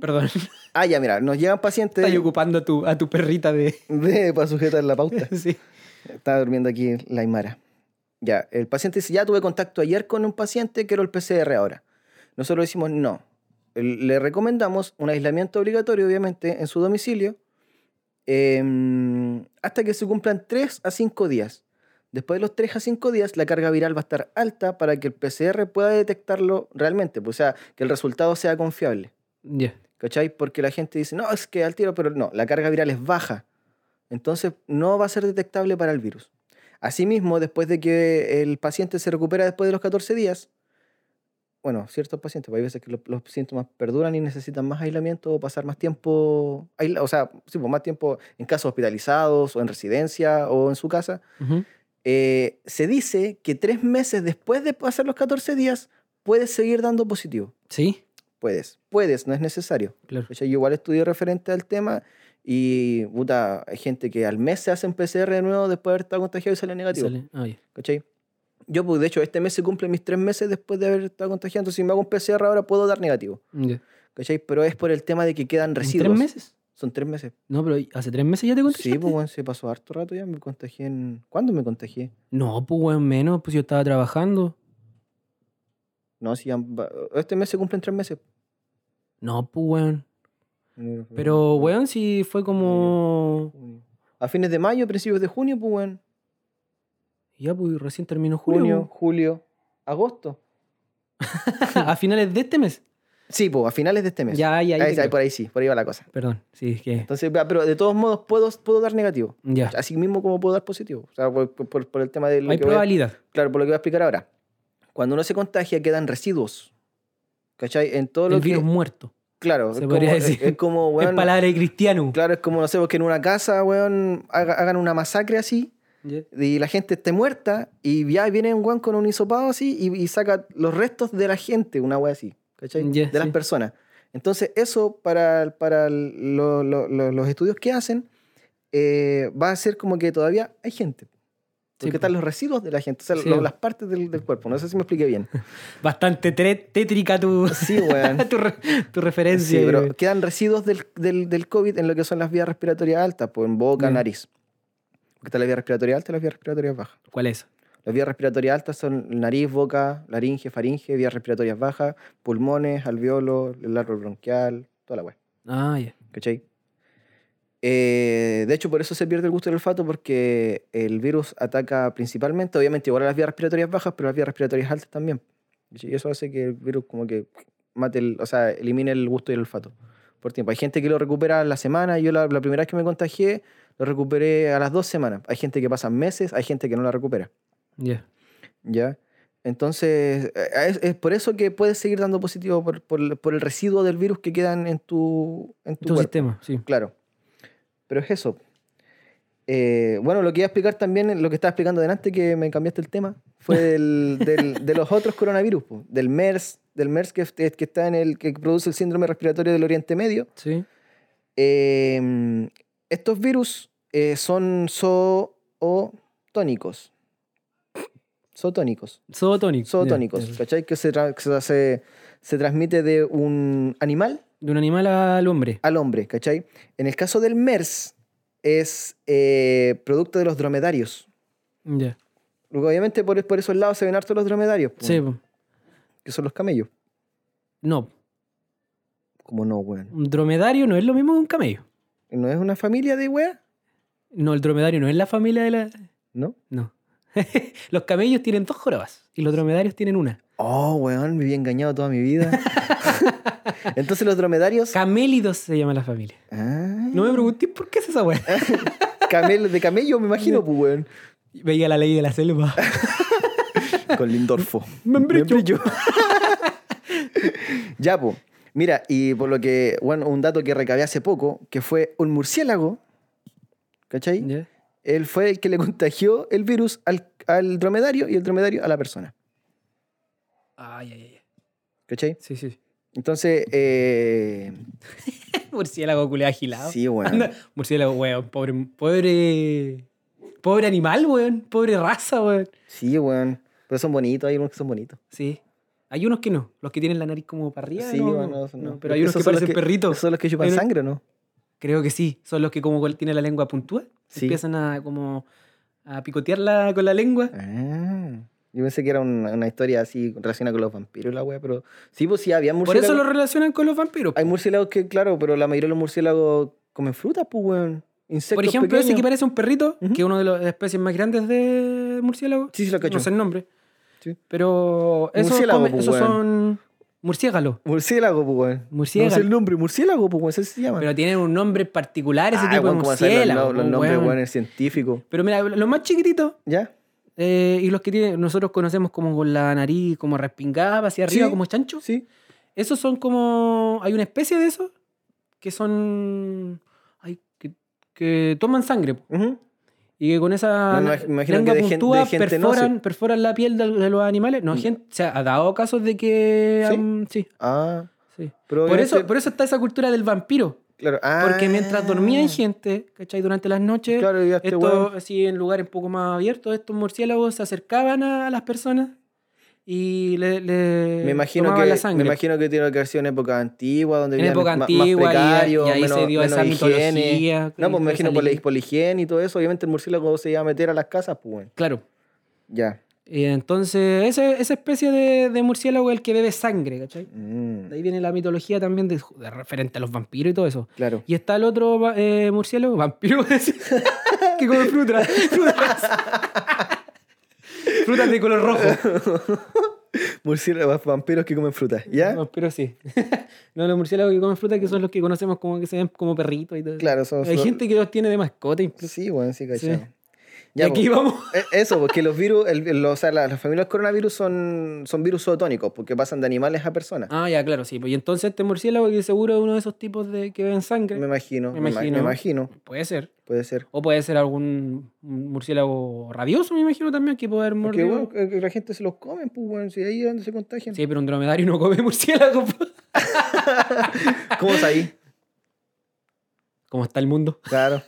S2: perdón.
S1: Ah, ya, mira, nos llegan pacientes
S2: *laughs* Estás ocupando a tu, a tu perrita de... *laughs*
S1: de, para sujetar la pauta.
S2: Sí.
S1: Estaba durmiendo aquí la Aymara. Ya, el paciente dice, ya tuve contacto ayer con un paciente, quiero el PCR ahora. Nosotros decimos, no. El- Le recomendamos un aislamiento obligatorio, obviamente, en su domicilio, em, hasta que se cumplan 3 a 5 días. Después de los 3 a 5 días, la carga viral va a estar alta para que el PCR pueda detectarlo realmente, pues, o sea, que el resultado sea confiable.
S2: Ya.
S1: ¿Cachai? Porque la gente dice, no, es que al tiro, pero no, la carga viral es baja. Entonces no va a ser detectable para el virus. Asimismo, después de que el paciente se recupera después de los 14 días, bueno, ciertos pacientes, porque hay veces que lo- los, síntomas perduran y necesitan más aislamiento o pasar más tiempo, aisla- o sea, sí, pues, más tiempo en casos hospitalizados o en residencia o en su casa,
S2: Ujú.
S1: eh, se dice que tres meses después de pasar los 14 días puedes seguir dando positivo.
S2: Sí,
S1: Puedes, puedes, no es necesario.
S2: claro.
S1: ¿Cachai? Yo igual estudié referente al tema y puta, hay gente que al mes se hacen PCR de nuevo después de haber estado contagiado y sale negativo.
S2: Sale- ah, ya.
S1: ¿Cachai? Yo, pues, de hecho, este mes se cumplen mis tres meses después de haber estado contagiado. Entonces, si me hago un PCR ahora, puedo dar negativo.
S2: Ya.
S1: ¿Cachai? Pero es por el tema de que quedan
S2: ¿En
S1: residuos.
S2: ¿Tres meses?
S1: Son tres meses.
S2: No, pero hace tres meses ya te contagiaste.
S1: Sí, pues, bueno, se pasó harto rato ya. Me contagié en... ¿Cuándo me contagié?
S2: No, pues weón, menos, pues yo estaba trabajando.
S1: No, si ya... va- Este mes se cumplen tres meses.
S2: No, pues weón. Pero
S1: Mm.
S2: weón, sí fue como.
S1: A fines de mayo, principios de junio, pues, bueno.
S2: Ya, pues recién terminó julio.
S1: Junio, julio, agosto.
S2: pues. *laughs* a finales de este mes.
S1: Sí, pues, a finales de este mes.
S2: Ya, ya, ya.
S1: Ahí, ahí, por ahí sí, por ahí va la cosa.
S2: Perdón, sí, es que.
S1: Entonces, vea, pero de todos modos puedo, puedo dar negativo.
S2: Ya.
S1: Así mismo como puedo dar positivo. O sea, por, por- por el tema de lo
S2: Hay
S1: que voy a-
S2: probabilidad.
S1: claro, por lo que voy a explicar ahora. Cuando uno se contagia quedan residuos. ¿Cachai? En todo
S2: El
S1: lo que...
S2: virus muerto.
S1: claro,
S2: se
S1: es
S2: podría
S1: como, es-
S2: decir.
S1: Es, como,
S2: *laughs* Es
S1: weón,
S2: palabra de cristiano.
S1: claro, es como, no sé, porque en una casa, weón, haga- hagan una masacre así
S2: Ya.
S1: y la gente esté muerta y ya viene un weón con un hisopado así y, y saca los restos de la gente, una wea así, ¿cachai?
S2: Ya,
S1: de las
S2: sí.
S1: personas. Entonces eso para, para lo- lo- lo- los estudios que hacen eh, va a ser como que todavía hay gente. Porque
S2: Sí,
S1: están
S2: po.
S1: los residuos de la gente, o sea,
S2: Sí.
S1: lo- las partes del, del cuerpo. No sé si me expliqué
S2: *laughs*
S1: bien.
S2: Bastante tre- tétrica
S1: *laughs*
S2: tu,
S1: Sí, weón.
S2: *laughs* tu, re- tu referencia.
S1: Sí, pero
S2: weón.
S1: quedan residuos del, del, del COVID en lo que son las vías respiratorias altas, pues en boca,
S2: Ya.
S1: nariz. Porque está la vía respiratoria alta y la vía respiratoria baja.
S2: ¿Cuál es?
S1: Las vías respiratorias altas son nariz, boca, laringe, faringe, vías respiratorias bajas, pulmones, alveolo, el árbol bronquial, toda la weá.
S2: Ah, ya.
S1: ¿Cachai? Eh, de hecho, por eso se pierde el gusto del olfato, porque el virus ataca principalmente, obviamente, igual a las vías respiratorias bajas, pero las vías respiratorias altas también. ¿Cachai? Y eso hace que el virus como que mate, el- o sea, elimine el gusto y el olfato por tiempo. Hay gente que lo recupera a la semana, yo la, la primera vez que me contagié lo recuperé a las dos semanas. Hay gente que pasa meses, hay gente que no la recupera.
S2: Ya.
S1: ¿Ya? Entonces, eh, es, es por eso que puedes seguir dando positivo por, por el- por el residuo del virus que quedan en tu, en tu,
S2: Tu
S1: cuerpo.
S2: sistema, sí.
S1: Claro. Pero es eso. Eh, bueno, lo que iba a explicar también, lo que estaba explicando delante, que me cambiaste el tema, fue *laughs* del, del- de los otros coronavirus, po, del MERS, del MERS que, que está en el que produce el síndrome respiratorio del Oriente Medio.
S2: Sí.
S1: Eh, estos virus eh, son zootónicos. Zootónicos.
S2: Zootónico.
S1: Zootónicos,
S2: Ya, ya.
S1: ¿cachai? Que se, tra- que se- se- se transmite de un animal
S2: De un animal al hombre.
S1: al hombre, ¿cachai? En el caso del MERS, es eh, producto de los dromedarios.
S2: Ya.
S1: Porque Obviamente por, por esos lados se ven harto los dromedarios, po,
S2: Sí, po.
S1: que son los camellos.
S2: no.
S1: Como no, weón.
S2: Un dromedario no es lo mismo que un camello.
S1: ¿No es una familia de weá?
S2: No, el dromedario no es la familia de la.
S1: ¿No?
S2: No. *laughs* los camellos tienen dos jorobas y los dromedarios tienen una.
S1: Oh, weón, me había engañado toda mi vida.
S2: *laughs*
S1: Entonces los dromedarios...
S2: Camélidos se llama la familia.
S1: Ah,
S2: No me preguntéis por qué es esa weá. *laughs*
S1: camel- de camello, me imagino, pues, weón.
S2: Veía la ley de la selva.
S1: Con Lindorfo.
S2: Membrillo.
S1: ya, pues. Mira, y por lo que, bueno, un dato que recabé hace poco, que fue un murciélago, ¿cachai?
S2: Ya.
S1: Él fue el que le *laughs* contagió el virus al, al dromedario y el dromedario a la persona.
S2: Ay, ay, ay.
S1: ¿Cachai?
S2: Sí, sí.
S1: Entonces, eh,
S2: Murciélago culé agilado.
S1: sí, bueno.
S2: Anda, Murciélago, weón. Pobre, pobre. Pobre animal, weón. Pobre raza, weón.
S1: Sí, weón. Pero son bonitos, hay unos que son bonitos.
S2: Sí. Hay unos que no. Los que tienen la nariz como para arriba.
S1: Sí,
S2: no,
S1: weón,
S2: no,
S1: esos
S2: no,
S1: no.
S2: Pero hay
S1: Esos
S2: unos que
S1: son los
S2: parecen perritos.
S1: esos Son los que chupan
S2: Hay unos-
S1: sangre, ¿no?
S2: Creo que sí. Son los que como tiene la lengua puntúa.
S1: Sí.
S2: Empiezan a como a picotearla con la lengua.
S1: Ah, yo pensé que era una, una historia así relacionada con los vampiros y la wea, pero sí, pues sí, había
S2: Por
S1: murciélagos.
S2: eso lo relacionan con los vampiros.
S1: Hay murciélagos que, claro, pero la mayoría de los murciélagos comen frutas, pues, weón. Insectos
S2: Por ejemplo, ese que
S1: pequeños.
S2: parece un perrito,
S1: Ujú.
S2: que es una de las especies más grandes de murciélago.
S1: Sí, sí, lo cacho.
S2: No sé el nombre.
S1: Sí.
S2: Pero esos,
S1: Murciélago,
S2: comen-
S1: pues,
S2: esos
S1: weón.
S2: son murciélagos.
S1: Murciélago, pues, weón.
S2: Murciélago.
S1: No sé el nombre, murciélago, pues, weón, ese se llama.
S2: Pero tienen un nombre particular ese
S1: Ay,
S2: tipo
S1: Ah, weón,
S2: de
S1: ¿cómo saben los
S2: murciélago.
S1: nom- Los,
S2: pues,
S1: nombres,
S2: weón.
S1: weón, es científico.
S2: Pero mira, los más chiquititos
S1: ¿Ya?
S2: eh, y los que tienen- nosotros conocemos como con la nariz como respingada hacia arriba,
S1: Sí.
S2: como chancho,
S1: Sí.
S2: esos son como... Hay una especie de esos que son... ay, que, que toman sangre. po.
S1: Ujú.
S2: Y que con esa
S1: No, no,
S2: na-
S1: imagino que de gen- de
S2: puntúa
S1: gente no,
S2: perforan, perforan la piel de, de los animales. No,
S1: Mm.
S2: gente, se ha dado casos de que...
S1: ¿Sí?
S2: am, sí,
S1: Ah,
S2: sí.
S1: pero
S2: Por
S1: obviamente-
S2: eso, por eso está esa cultura del vampiro.
S1: claro. Ah,
S2: Porque mientras dormía hay gente, ¿cachai? Durante las noches,
S1: Claro, y este
S2: esto,
S1: weón.
S2: así en lugares un poco más abiertos, estos murciélagos se acercaban a las personas y le, le
S1: Me imagino,
S2: tomaban
S1: que,
S2: eh, la sangre.
S1: me imagino que tiene que haber sido en época antigua, donde
S2: en
S1: vivían
S2: época
S1: ma- más
S2: antigua y-
S1: precario,
S2: y, ahí
S1: menos,
S2: se dio
S1: menos
S2: esa
S1: higiene.
S2: mitología.
S1: No, pues
S2: esa
S1: me imagino por la,
S2: leyenda.
S1: por la higiene y todo eso. Obviamente el murciélago se iba a meter a las casas, pues, weón.
S2: Claro.
S1: Ya.
S2: Y Eh, entonces, ese- esa especie de, de murciélago es el que bebe sangre, ¿cachai?
S1: Mm,
S2: De ahí viene la mitología también de, de referente a los vampiros y todo eso.
S1: claro.
S2: *laughs* Y está el otro va- eh, murciélago, vampiro, *laughs* que come frutas. *laughs* Frutas. frutas de color rojo.
S1: Murciélagos, vampiros que comen frutas. *laughs* ¿Ya?
S2: Vampiro sí. *laughs* no, los murciélagos que comen frutas, que son los que conocemos como que se ven como perritos y todo eso.
S1: Claro, son.
S2: Hay
S1: son-
S2: gente que los tiene de mascota. incluso.
S1: Sí, weón, sí, cachado.
S2: Sí.
S1: Ya,
S2: y aquí
S1: pues,
S2: vamos.
S1: eh, Eso, porque los virus, el- el- o sea, la- las familias coronavirus son, son virus zootónicos, porque pasan de animales a personas.
S2: Ah, ya, claro, sí. Pues, y entonces este murciélago que seguro es uno de esos tipos de que ven sangre.
S1: Me imagino,
S2: Me
S1: me ima- me
S2: imagino.
S1: imagino.
S2: Puede ser.
S1: Puede ser.
S2: O puede ser algún murciélago rabioso, me imagino también, que puede haber
S1: Porque
S2: mordido.
S1: bueno, que- que la gente se los come, pues, weón, si ahí es donde se contagian.
S2: Sí, pero un dromedario no come *laughs* murciélago. po.
S1: ¿Cómo es
S2: *laughs*
S1: ahí?
S2: ¿Cómo está el
S1: *laughs*
S2: mundo?
S1: Claro.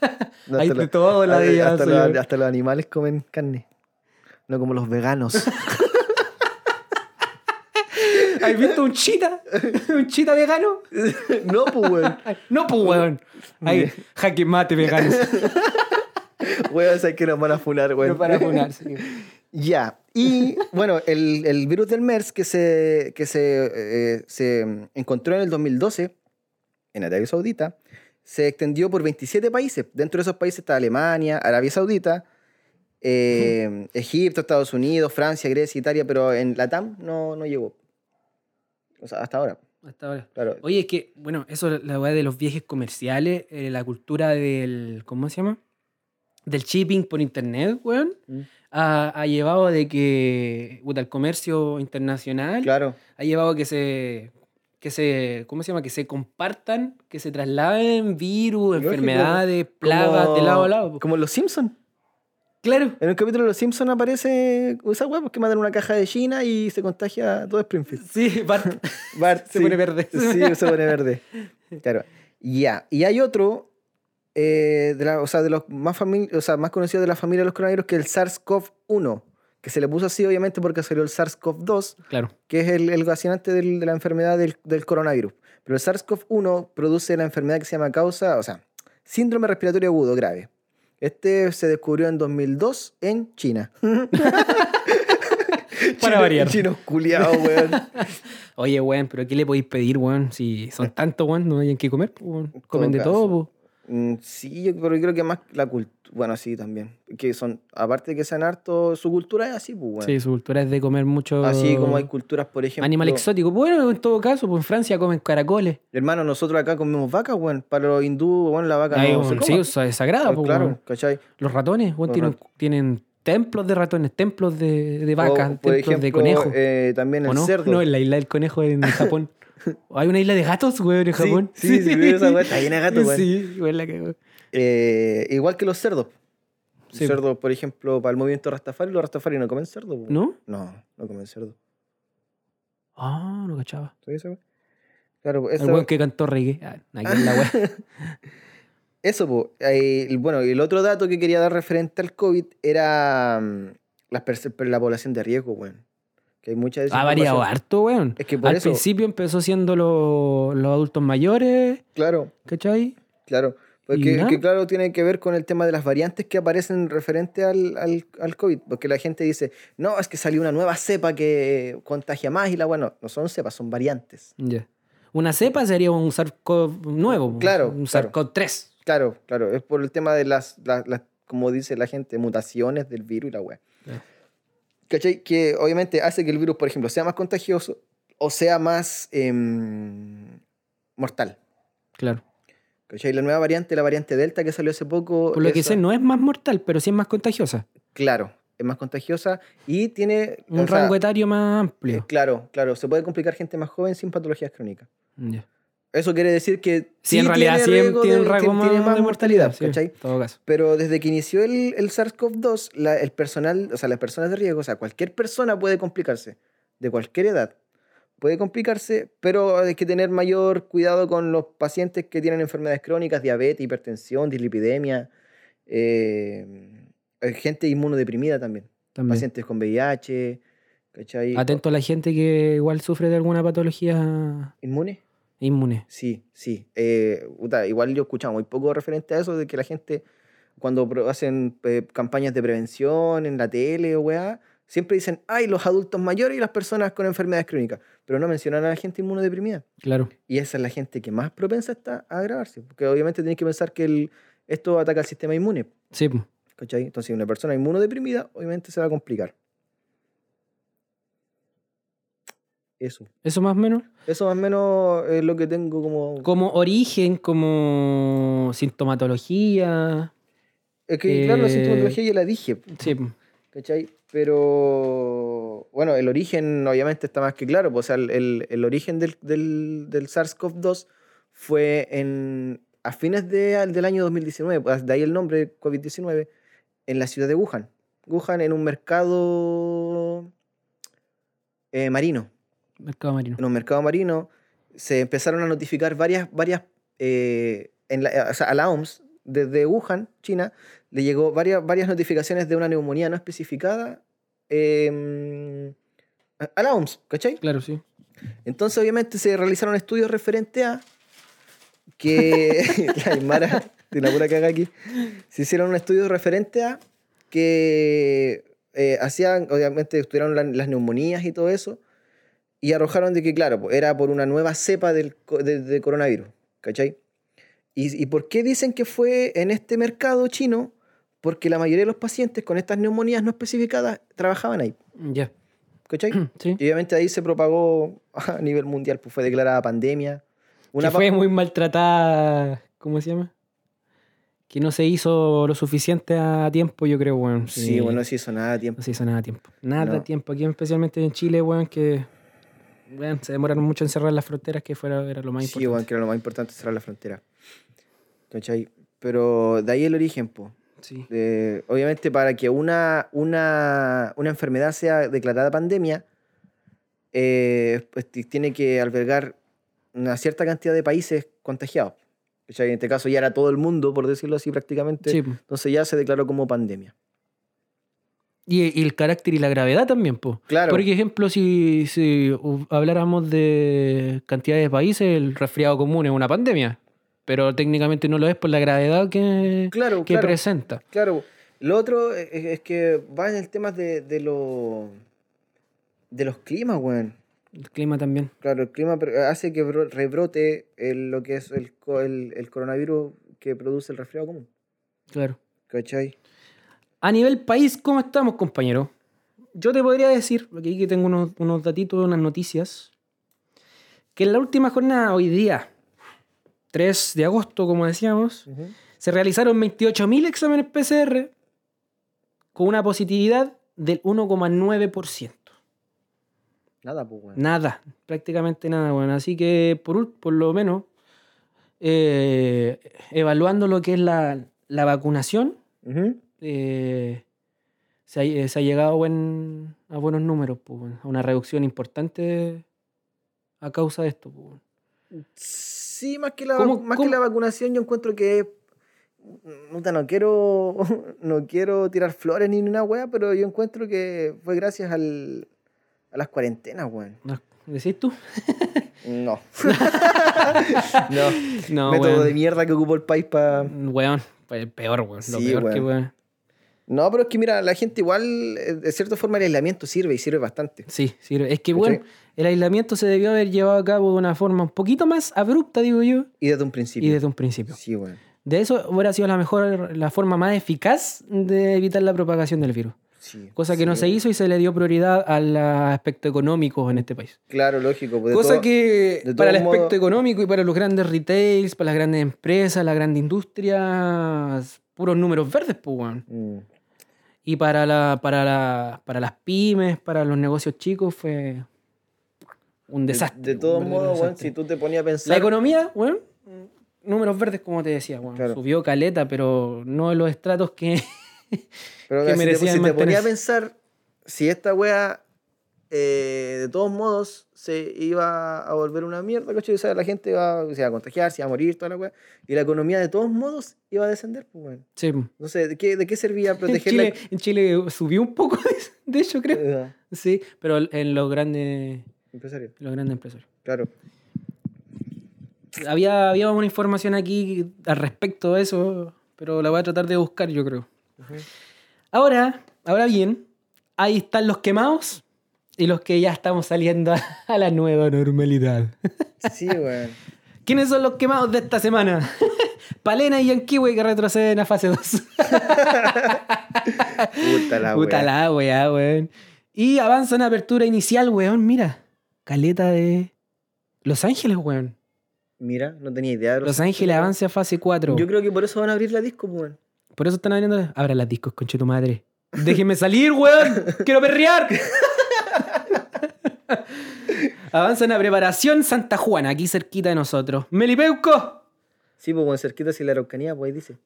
S2: Hay
S1: los-
S2: de todo en la
S1: hasta-
S2: vida,
S1: hasta
S2: señor.
S1: los, hasta los animales comen carne. No como los veganos.
S2: *laughs*
S1: *laughs*
S2: ¿Has visto un chita? ¿Un chita vegano?
S1: no, pues, weón.
S2: Ay, No, pues, weón. Ay, jaque mate veganos.
S1: Weón, sabes que nos van a funar, weón.
S2: No para funarse.
S1: Ya. Y
S2: *laughs*
S1: bueno, el, el virus del MERS que se, que se, eh, se encontró en el 2012 en Arabia Saudita se extendió por 27 países. Dentro de esos países está Alemania, Arabia Saudita, eh, Egipto, Estados Unidos, Francia, Grecia, Italia, pero en Latam no, no llegó. O sea, hasta ahora,
S2: Hasta ahora.
S1: claro.
S2: Oye, es que, bueno, eso la weá de los viajes comerciales, eh, la cultura del. ¿Cómo se llama? Del shipping por internet, weón.
S1: Mm.
S2: Ha, ha llevado de que. puta, el comercio internacional.
S1: Claro.
S2: ha llevado a que se que se ¿cómo se llama? que se compartan, que se trasladen virus,
S1: Lógico,
S2: enfermedades, plagas de lado a lado. po.
S1: Como los Simpsons.
S2: Claro.
S1: En un capítulo de los Simpsons aparece esa hueá porque matan una caja de China y se contagia a todo Springfield.
S2: *laughs* Sí,
S1: *laughs*
S2: Bart
S1: Bart,
S2: se
S1: sí.
S2: pone verde.
S1: Sí, se pone verde. Claro. Ya. Y hay otro, eh, de la- o sea, de los más, fami- o sea, más conocidos de la familia de los coronavirus, que es el SARS-CoV-1, que se le puso así obviamente porque salió el SARS-CoV-2,
S2: *laughs* Claro.
S1: que es el, el vacinante del- de la enfermedad del, del coronavirus. Pero el SARS-CoV-1 produce la enfermedad que se llama causa, o sea, síndrome respiratorio agudo grave. Este se descubrió en 2002 en China. *laughs* Chino-
S2: variar.
S1: Chinos culiados, weón.
S2: Oye, weón, pero ¿qué le podéis pedir, weón? Si
S1: *laughs*
S2: son tantos, weón, no hayan que comer, po, weón. Comen de
S1: caso.
S2: todo, po.
S1: Mm, Sí, yo creo, creo que más la cultura. Bueno, sí, también. Que son, aparte de que sean harto, su cultura es así, pues, weón.
S2: Sí, su cultura es de comer mucho
S1: Así como hay culturas, por ejemplo.
S2: animal exótico. Bueno, en todo caso, pues en Francia comen caracoles.
S1: Hermano, nosotros acá comemos vacas, weón. Para los hindúes, weón, la vaca
S2: Ahí,
S1: Ah, no. se
S2: weón,
S1: come.
S2: sí, eso es sagrado,
S1: Ah,
S2: po,
S1: claro,
S2: weón.
S1: ¿cachai?
S2: Los ratones, weón,
S1: Los
S2: tienen,
S1: rat-
S2: tienen templos de ratones, templos de, de
S1: O,
S2: vacas,
S1: por
S2: templos
S1: ejemplo,
S2: de conejos.
S1: eh, también
S2: ¿O
S1: el
S2: no?
S1: cerdo.
S2: No, en la isla del
S1: *laughs*
S2: conejo en Japón. Hay una isla de gatos, güey, en
S1: Sí,
S2: Japón.
S1: sí,
S2: *laughs*
S1: sí, veo esa weá, está llena de gatos, weón.
S2: Sí, güey, la cagó.
S1: Eh, igual que los cerdos.
S2: Sí. pues.
S1: Los cerdos, por ejemplo, para el movimiento Rastafari, los Rastafari no comen cerdo, pues, weón.
S2: ¿No?
S1: No, no comen cerdo.
S2: Ah, no cachaba.
S1: ¿Tú sabes, weón? Claro,
S2: El
S1: eso,
S2: weón que cantó reggae. Ah,
S1: *laughs*
S2: aquí en la wea.
S1: eso po. Ahí, bueno, y el otro dato que quería dar referente al COVID era mm, las perce- la población de riesgo, weón. Que hay mucha
S2: Ha variado
S1: desinformación.
S2: harto, weón.
S1: Es que por
S2: Al
S1: eso-
S2: principio empezó siendo lo- los adultos mayores,
S1: Claro,
S2: ¿cachai?
S1: claro.
S2: Y
S1: Porque
S2: nada.
S1: que, claro, tiene que ver con el tema de las variantes que aparecen referente al, al, al COVID. Porque la gente dice, no, es que salió una nueva cepa que contagia más y la bueno, no son cepas, son variantes.
S2: Ya. Una cepa sería un SARS-CoV nuevo. pues,
S1: Claro,
S2: Un
S1: claro.
S2: SARS-CoV-3.
S1: Claro, claro, es por el tema de las, la- las- como dice la gente, mutaciones del virus y la weá.
S2: Ya.
S1: ¿Cachai? Que obviamente hace que el virus, por ejemplo, sea más contagioso o sea más em, mortal.
S2: Claro.
S1: ¿Cachai? La nueva variante, la variante Delta que salió hace poco.
S2: Por lo que
S1: esa-
S2: sé, no es más mortal, pero sí es más contagiosa.
S1: Claro, es más contagiosa y tiene.
S2: Un
S1: o sea,
S2: rango etario más
S1: eh,
S2: amplio.
S1: Claro, claro, se puede complicar gente más joven sin patologías crónicas.
S2: Ya.
S1: Eso quiere decir que.
S2: Sí, en realidad sí
S1: riesgo
S2: tiene un
S1: de-
S2: rango
S1: tiene-
S2: más,
S1: tiene
S2: de mortalidad. sí,
S1: ¿cachai?
S2: en todo caso.
S1: Pero desde que inició el, el SARS-CoV-2, la- el personal, o sea, las personas de riesgo, o sea, cualquier persona puede complicarse, de cualquier edad. Puede complicarse, pero hay que tener mayor cuidado con los pacientes que tienen enfermedades crónicas, diabetes, hipertensión, dislipidemia, eh, hay gente inmunodeprimida también,
S2: También.
S1: pacientes con VIH, ¿cachai?
S2: Atento a la gente que igual sufre de alguna patología
S1: ¿Inmune?
S2: inmune.
S1: Sí, sí. Eh, puta, igual yo he escuchado muy poco referente a eso, de que la gente, cuando pro- hacen eh, campañas de prevención en la tele o weá, siempre dicen, ay, los adultos mayores y las personas con enfermedades crónicas, pero no mencionan a la gente inmunodeprimida.
S2: Claro.
S1: Y esa es la gente que más propensa está a agravarse, porque obviamente tenés que pensar que el- esto ataca al sistema inmune,
S2: Sí. po.
S1: ¿cachai? Entonces, una persona inmunodeprimida obviamente se va a complicar. Eso.
S2: Eso más o menos.
S1: Eso más o menos es lo que tengo como...
S2: Como origen, como sintomatología.
S1: Es que, claro, la
S2: Eh,
S1: sintomatología ya la dije,
S2: Sí. po.
S1: ¿cachai? Pero, bueno, el origen obviamente está más que claro. pues, o sea, el, el- el origen del, del, del SARS-CoV-2 fue en, a fines de, del año 2019, pues, de ahí el nombre COVID-19, en la ciudad de Wuhan. Wuhan en un mercado eh, marino.
S2: Mercado marino.
S1: En un mercado marino se empezaron a notificar varias, varias eh, en la- o sea, a la OMS desde Wuhan, China, le llegó varias, varias notificaciones de una neumonía no especificada eh, a- a la OMS, ¿cachai?
S2: Claro, sí.
S1: Entonces, obviamente, se realizaron estudios referente a que *laughs* la Aymara, de la pura caga aquí, se hicieron estudios referente a que eh, hacían, obviamente, estudiaron la- las neumonías y todo eso, y arrojaron de que, claro, po, era por una nueva cepa del, co- de, de coronavirus, ¿cachai? ¿Y, ¿Y por qué dicen que fue en este mercado chino? Porque la mayoría de los pacientes con estas neumonías no especificadas trabajaban ahí,
S2: Ya. *clears throat*
S1: ¿cachai?
S2: Sí.
S1: Y obviamente ahí se propagó *laughs* a nivel mundial, pues fue declarada pandemia. Una
S2: que fue muy maltratada. ¿Cómo se llama? Que no se hizo lo suficiente a tiempo, yo creo, weón.
S1: pa- Sí, bueno, no se hizo nada a tiempo.
S2: No se hizo nada a tiempo. Nada
S1: No.
S2: a tiempo. Aquí, especialmente en Chile, weón, que. weón, se demoraron mucho en cerrar las fronteras, que fuera, era lo más
S1: Sí,
S2: importante.
S1: bueno, que era lo más importante cerrar la frontera. ¿Cachai? Pero de ahí el origen, po.
S2: Sí.
S1: Eh, obviamente para que una, una, una enfermedad sea declarada pandemia, eh, pues, ti- tiene que albergar una cierta cantidad de países contagiados. ¿Cachai? En este caso ya era todo el mundo, por decirlo así prácticamente.
S2: Sí, po.
S1: Entonces ya se declaró como pandemia.
S2: Y, y el carácter y la gravedad también, po.
S1: Claro.
S2: Por ejemplo, si, si hu- habláramos de cantidades de países, el resfriado común es una pandemia. Pero técnicamente no lo es por la gravedad que,
S1: Claro,
S2: que
S1: claro.
S2: presenta.
S1: Claro, lo otro es, es que va en el tema de, de, lo- de los climas, weón.
S2: El clima también.
S1: Claro, el clima pre- hace que bro- rebrote el- lo que es el, co- el, el coronavirus que produce el resfriado común.
S2: Claro.
S1: ¿Cachai?
S2: A nivel país, ¿cómo estamos, compañero? Yo te podría decir, porque aquí tengo unos, unos datitos, unas noticias, que en la última jornada, hoy día, 3 de agosto, como decíamos, se realizaron 28.000 exámenes PCR con una positividad del 1,9%.
S1: Nada, pues, weón.
S2: Nada, prácticamente nada, bueno. Así que por, ul- por lo menos, eh, evaluando lo que es la, la vacunación,
S1: Ujú.
S2: eh, se, ha, eh, se ha llegado a, buen- a buenos números, pues, bueno, a una reducción importante a causa de esto. pues, bueno.
S1: Sí, más que la,
S2: ¿Cómo-
S1: más
S2: cómo?
S1: que la vacunación, yo encuentro que. puta, no quiero, *laughs* no quiero tirar flores ni una wea, pero yo encuentro que fue gracias al, a las cuarentenas, weón.
S2: No, ¿Decís tú?
S1: No. no.
S2: *laughs* No,
S1: Método
S2: weón.
S1: de mierda que ocupó el país para.
S2: Weón, fue el peor, weón. Lo
S1: Sí,
S2: peor que,
S1: weón.
S2: weón.
S1: No, pero es que mira, la gente igual, eh, de cierta forma, el aislamiento sirve y sirve bastante.
S2: Sí, sí. Es que, weón,
S1: ¿Cachai?
S2: el aislamiento se debió haber llevado a cabo de una forma un poquito más abrupta, digo yo,
S1: Y desde un
S2: y
S1: principio.
S2: desde un principio.
S1: Sí, weón.
S2: De eso hubiera sido la mejor, la forma más eficaz de evitar la propagación del virus.
S1: Sí.
S2: Cosa que no
S1: Sí.
S2: se hizo y se le dio prioridad al aspecto económico en este país.
S1: Claro, lógico. pues, de
S2: Cosa
S1: todo-
S2: que
S1: de
S2: para el
S1: todos modos-
S2: aspecto económico y para los grandes retails, para las grandes empresas, las grandes industrias, puros números verdes, pues, weón.
S1: Mm.
S2: Y para, la, para, la, para las pymes, para los negocios chicos, fue un
S1: De-
S2: desastre.
S1: De,
S2: un
S1: todos
S2: verdadero
S1: modos, weón,
S2: desastre.
S1: si tú te ponías a pensar.
S2: La economía, weón, números verdes, como te decía, weón.
S1: Claro.
S2: Subió caleta, pero no en los estratos que. *laughs*
S1: Pero
S2: que
S1: mira, si te- si
S2: merecían
S1: te, ponía a
S2: mantenerse.
S1: pensar, si esta wea, eh, de todos modos, se iba a volver una mierda, ¿cachai? O sea, la gente iba, se iba a contagiar, se iba a morir, toda la wea. Y la economía, de todos modos, iba a descender, pues, weón.
S2: Sí. En
S1: Entonces, ¿de qué, de qué
S2: *laughs*
S1: servía proteger
S2: Chile, en Chile subió un poco, *laughs* de hecho,
S1: la.
S2: creo.
S1: Eh,
S2: Sí, pero en los grandes,
S1: *laughs* empresario,
S2: los grandes empresarios.
S1: claro.
S2: Había, había una información aquí al respecto de eso, pero la voy a tratar de buscar, yo creo. Ahora, ahora bien, ahí están los quemados y los que ya estamos saliendo *laughs* a, a la nueva normalidad.
S1: Sí, weón.
S2: ¿Quiénes son los quemados de esta semana? *laughs* Palena y Yanquiwe que retroceden a fase 2.
S1: Puta la wea.
S2: *laughs* Puta la weá, weón. Y avanzan a apertura inicial, weón. Mira, caleta de Los Ángeles, weón.
S1: Mira, no tenía idea. de
S2: Los Ángeles avanza a fase 4.
S1: Yo creo que por eso van a abrir la disco, pues, weón.
S2: Por eso están abriendo. Abra las discos, conche tu madre. Déjenme salir, weón. Quiero
S1: *laughs*
S2: perrear. Avanzan a preparación Santa Juana, aquí cerquita de nosotros. ¡Melipeuco!
S1: Sí, pues, weón, cerquita si la Araucanía, pues ahí dice.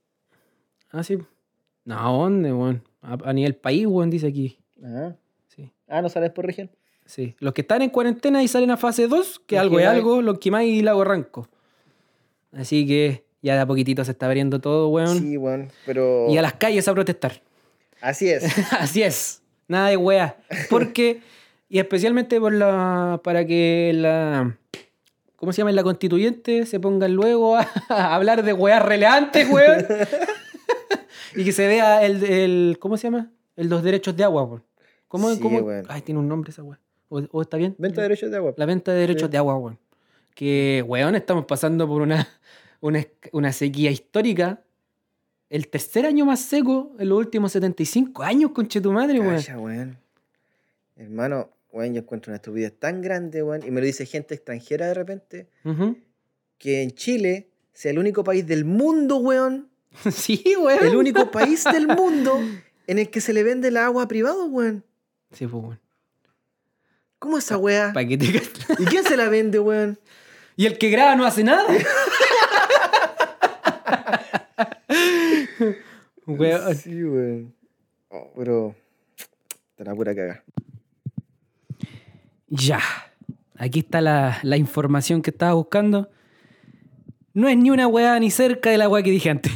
S2: Ah, sí. No, ¿a ¿dónde, weón? A, a nivel país, weón, dice aquí.
S1: Ah,
S2: Sí.
S1: ah no sabes por región.
S2: Sí. Los que están en cuarentena y salen a fase 2, que
S1: Los
S2: algo
S1: que
S2: es
S1: van-
S2: algo, los que más y lago arranco. Así que ya de a poquitito se está abriendo todo, weón.
S1: Sí, weón, pero.
S2: Y a las calles a protestar.
S1: Así es.
S2: *laughs* Así es. Nada de wea. Porque, y especialmente por la, para que la. ¿Cómo se llama? La constituyente se pongan luego a, *laughs* a hablar de weas relevantes, weón. *laughs* y que se vea el, el- ¿Cómo se llama? El los derechos de agua, weón. ¿Cómo,
S1: Sí,
S2: cómo?
S1: weón.
S2: Ay, tiene un nombre esa wea. ¿O, o está bien?
S1: Venta de derechos de agua.
S2: La venta de derechos
S1: Sí.
S2: de agua, weón. Que, weón, estamos pasando por una, una, esc- una sequía histórica. El tercer año más seco en los últimos 75 años, conche tu madre, weón.
S1: Calla, weón. Hermano, weón, yo encuentro una estupidez tan grande, weón, y me lo dice gente extranjera de repente,
S2: Ujú. *laughs*
S1: que en Chile sea el único país del mundo, weón,
S2: Sí, weón.
S1: el único país
S2: *laughs*
S1: del mundo en el que se le vende la agua a privado, weón.
S2: Sí, pues, weón.
S1: ¿Cómo esa weá?
S2: Pa' que te gastes.
S1: ¿Y quién se la vende, weón?
S2: Y el que graba no
S1: *laughs*
S2: hace nada. weón.
S1: Sí, weón. Oh, pero. Está la pura caga.
S2: Ya. Aquí está la, la información que estaba buscando. No es ni una weá ni cerca de la weá que dije antes.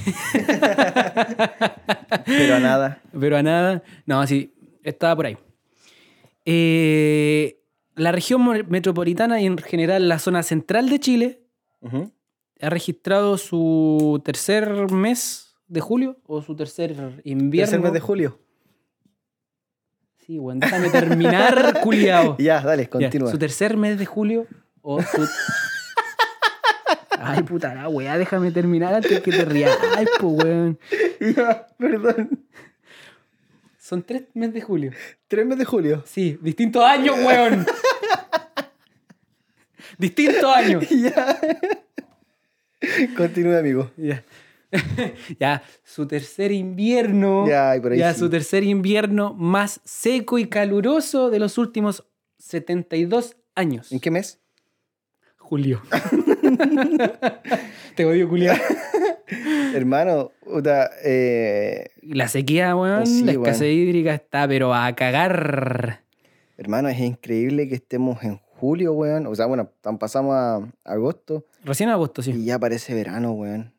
S1: Pero a nada.
S2: Pero a nada. No, sí, estaba por ahí. Eh, la región mo- metropolitana y en general la zona central de Chile ha registrado su tercer mes de julio o su tercer invierno.
S1: Tercer mes de julio.
S2: Sí, bueno, déjame
S1: *laughs*
S2: terminar, culiao.
S1: Ya, dale,
S2: Ya,
S1: continúa.
S2: su tercer mes de julio o su... Ay, puta la weá, déjame terminar antes que te rías. Ay, po, weón.
S1: *laughs* Ya, perdón.
S2: Son tres meses de julio.
S1: Tres meses de julio. *laughs*
S2: Sí, distintos años, weón. distintos años.
S1: Ya. Continúa, amigo.
S2: Ya. *laughs* ya, su tercer invierno.
S1: Ya, y por ahí
S2: ya,
S1: sí.
S2: su tercer invierno más seco y caluroso de los últimos 72 años.
S1: ¿En qué mes?
S2: Julio. *laughs* Te
S1: *laughs*
S2: odio, Julio.
S1: Hermano, puta, eh,
S2: La sequía, weón,
S1: Oh, Sí,
S2: la
S1: weón.
S2: escasez hídrica está, pero a cagar.
S1: hermano, es increíble que estemos en julio, weón. O sea, bueno, tan pasamos a agosto
S2: Recién agosto, sí.
S1: y ya parece verano, weón.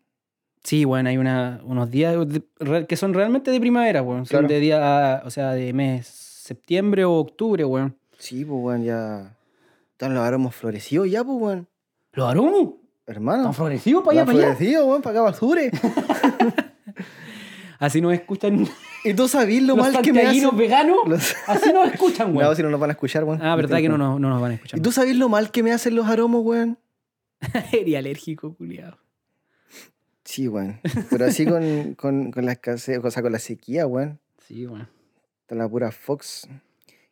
S2: Sí, bueno, hay una, unos días de- re- que son realmente de primavera, weón.
S1: Claro.
S2: Son de día, ah, o sea, de mes septiembre o octubre, weón.
S1: Sí, pues, weón, ya. Están los aromas florecidos ya, pues, weón.
S2: ¿Los aromas?
S1: Hermano.
S2: ¿Están florecidos para allá,
S1: están
S2: para allá?
S1: florecidos, weón, para acá, para el sur. eh.
S2: Así nos escuchan
S1: Y tú sabes lo
S2: los
S1: mal que me hacen.
S2: santiaguinos veganos.
S1: Los-
S2: Así nos escuchan,
S1: *laughs*
S2: weón.
S1: No, si no nos van a escuchar, weón.
S2: Ah, verdad que no, nos- no nos van a escuchar.
S1: ¿Y tú sabes lo mal que me hacen los aromos, weón?
S2: *laughs* Sería alérgico, culiado.
S1: Sí, weón. Pero así con, con, con la escasez, o sea, con la sequía, weón.
S2: Sí, weón.
S1: Está la pura Fox.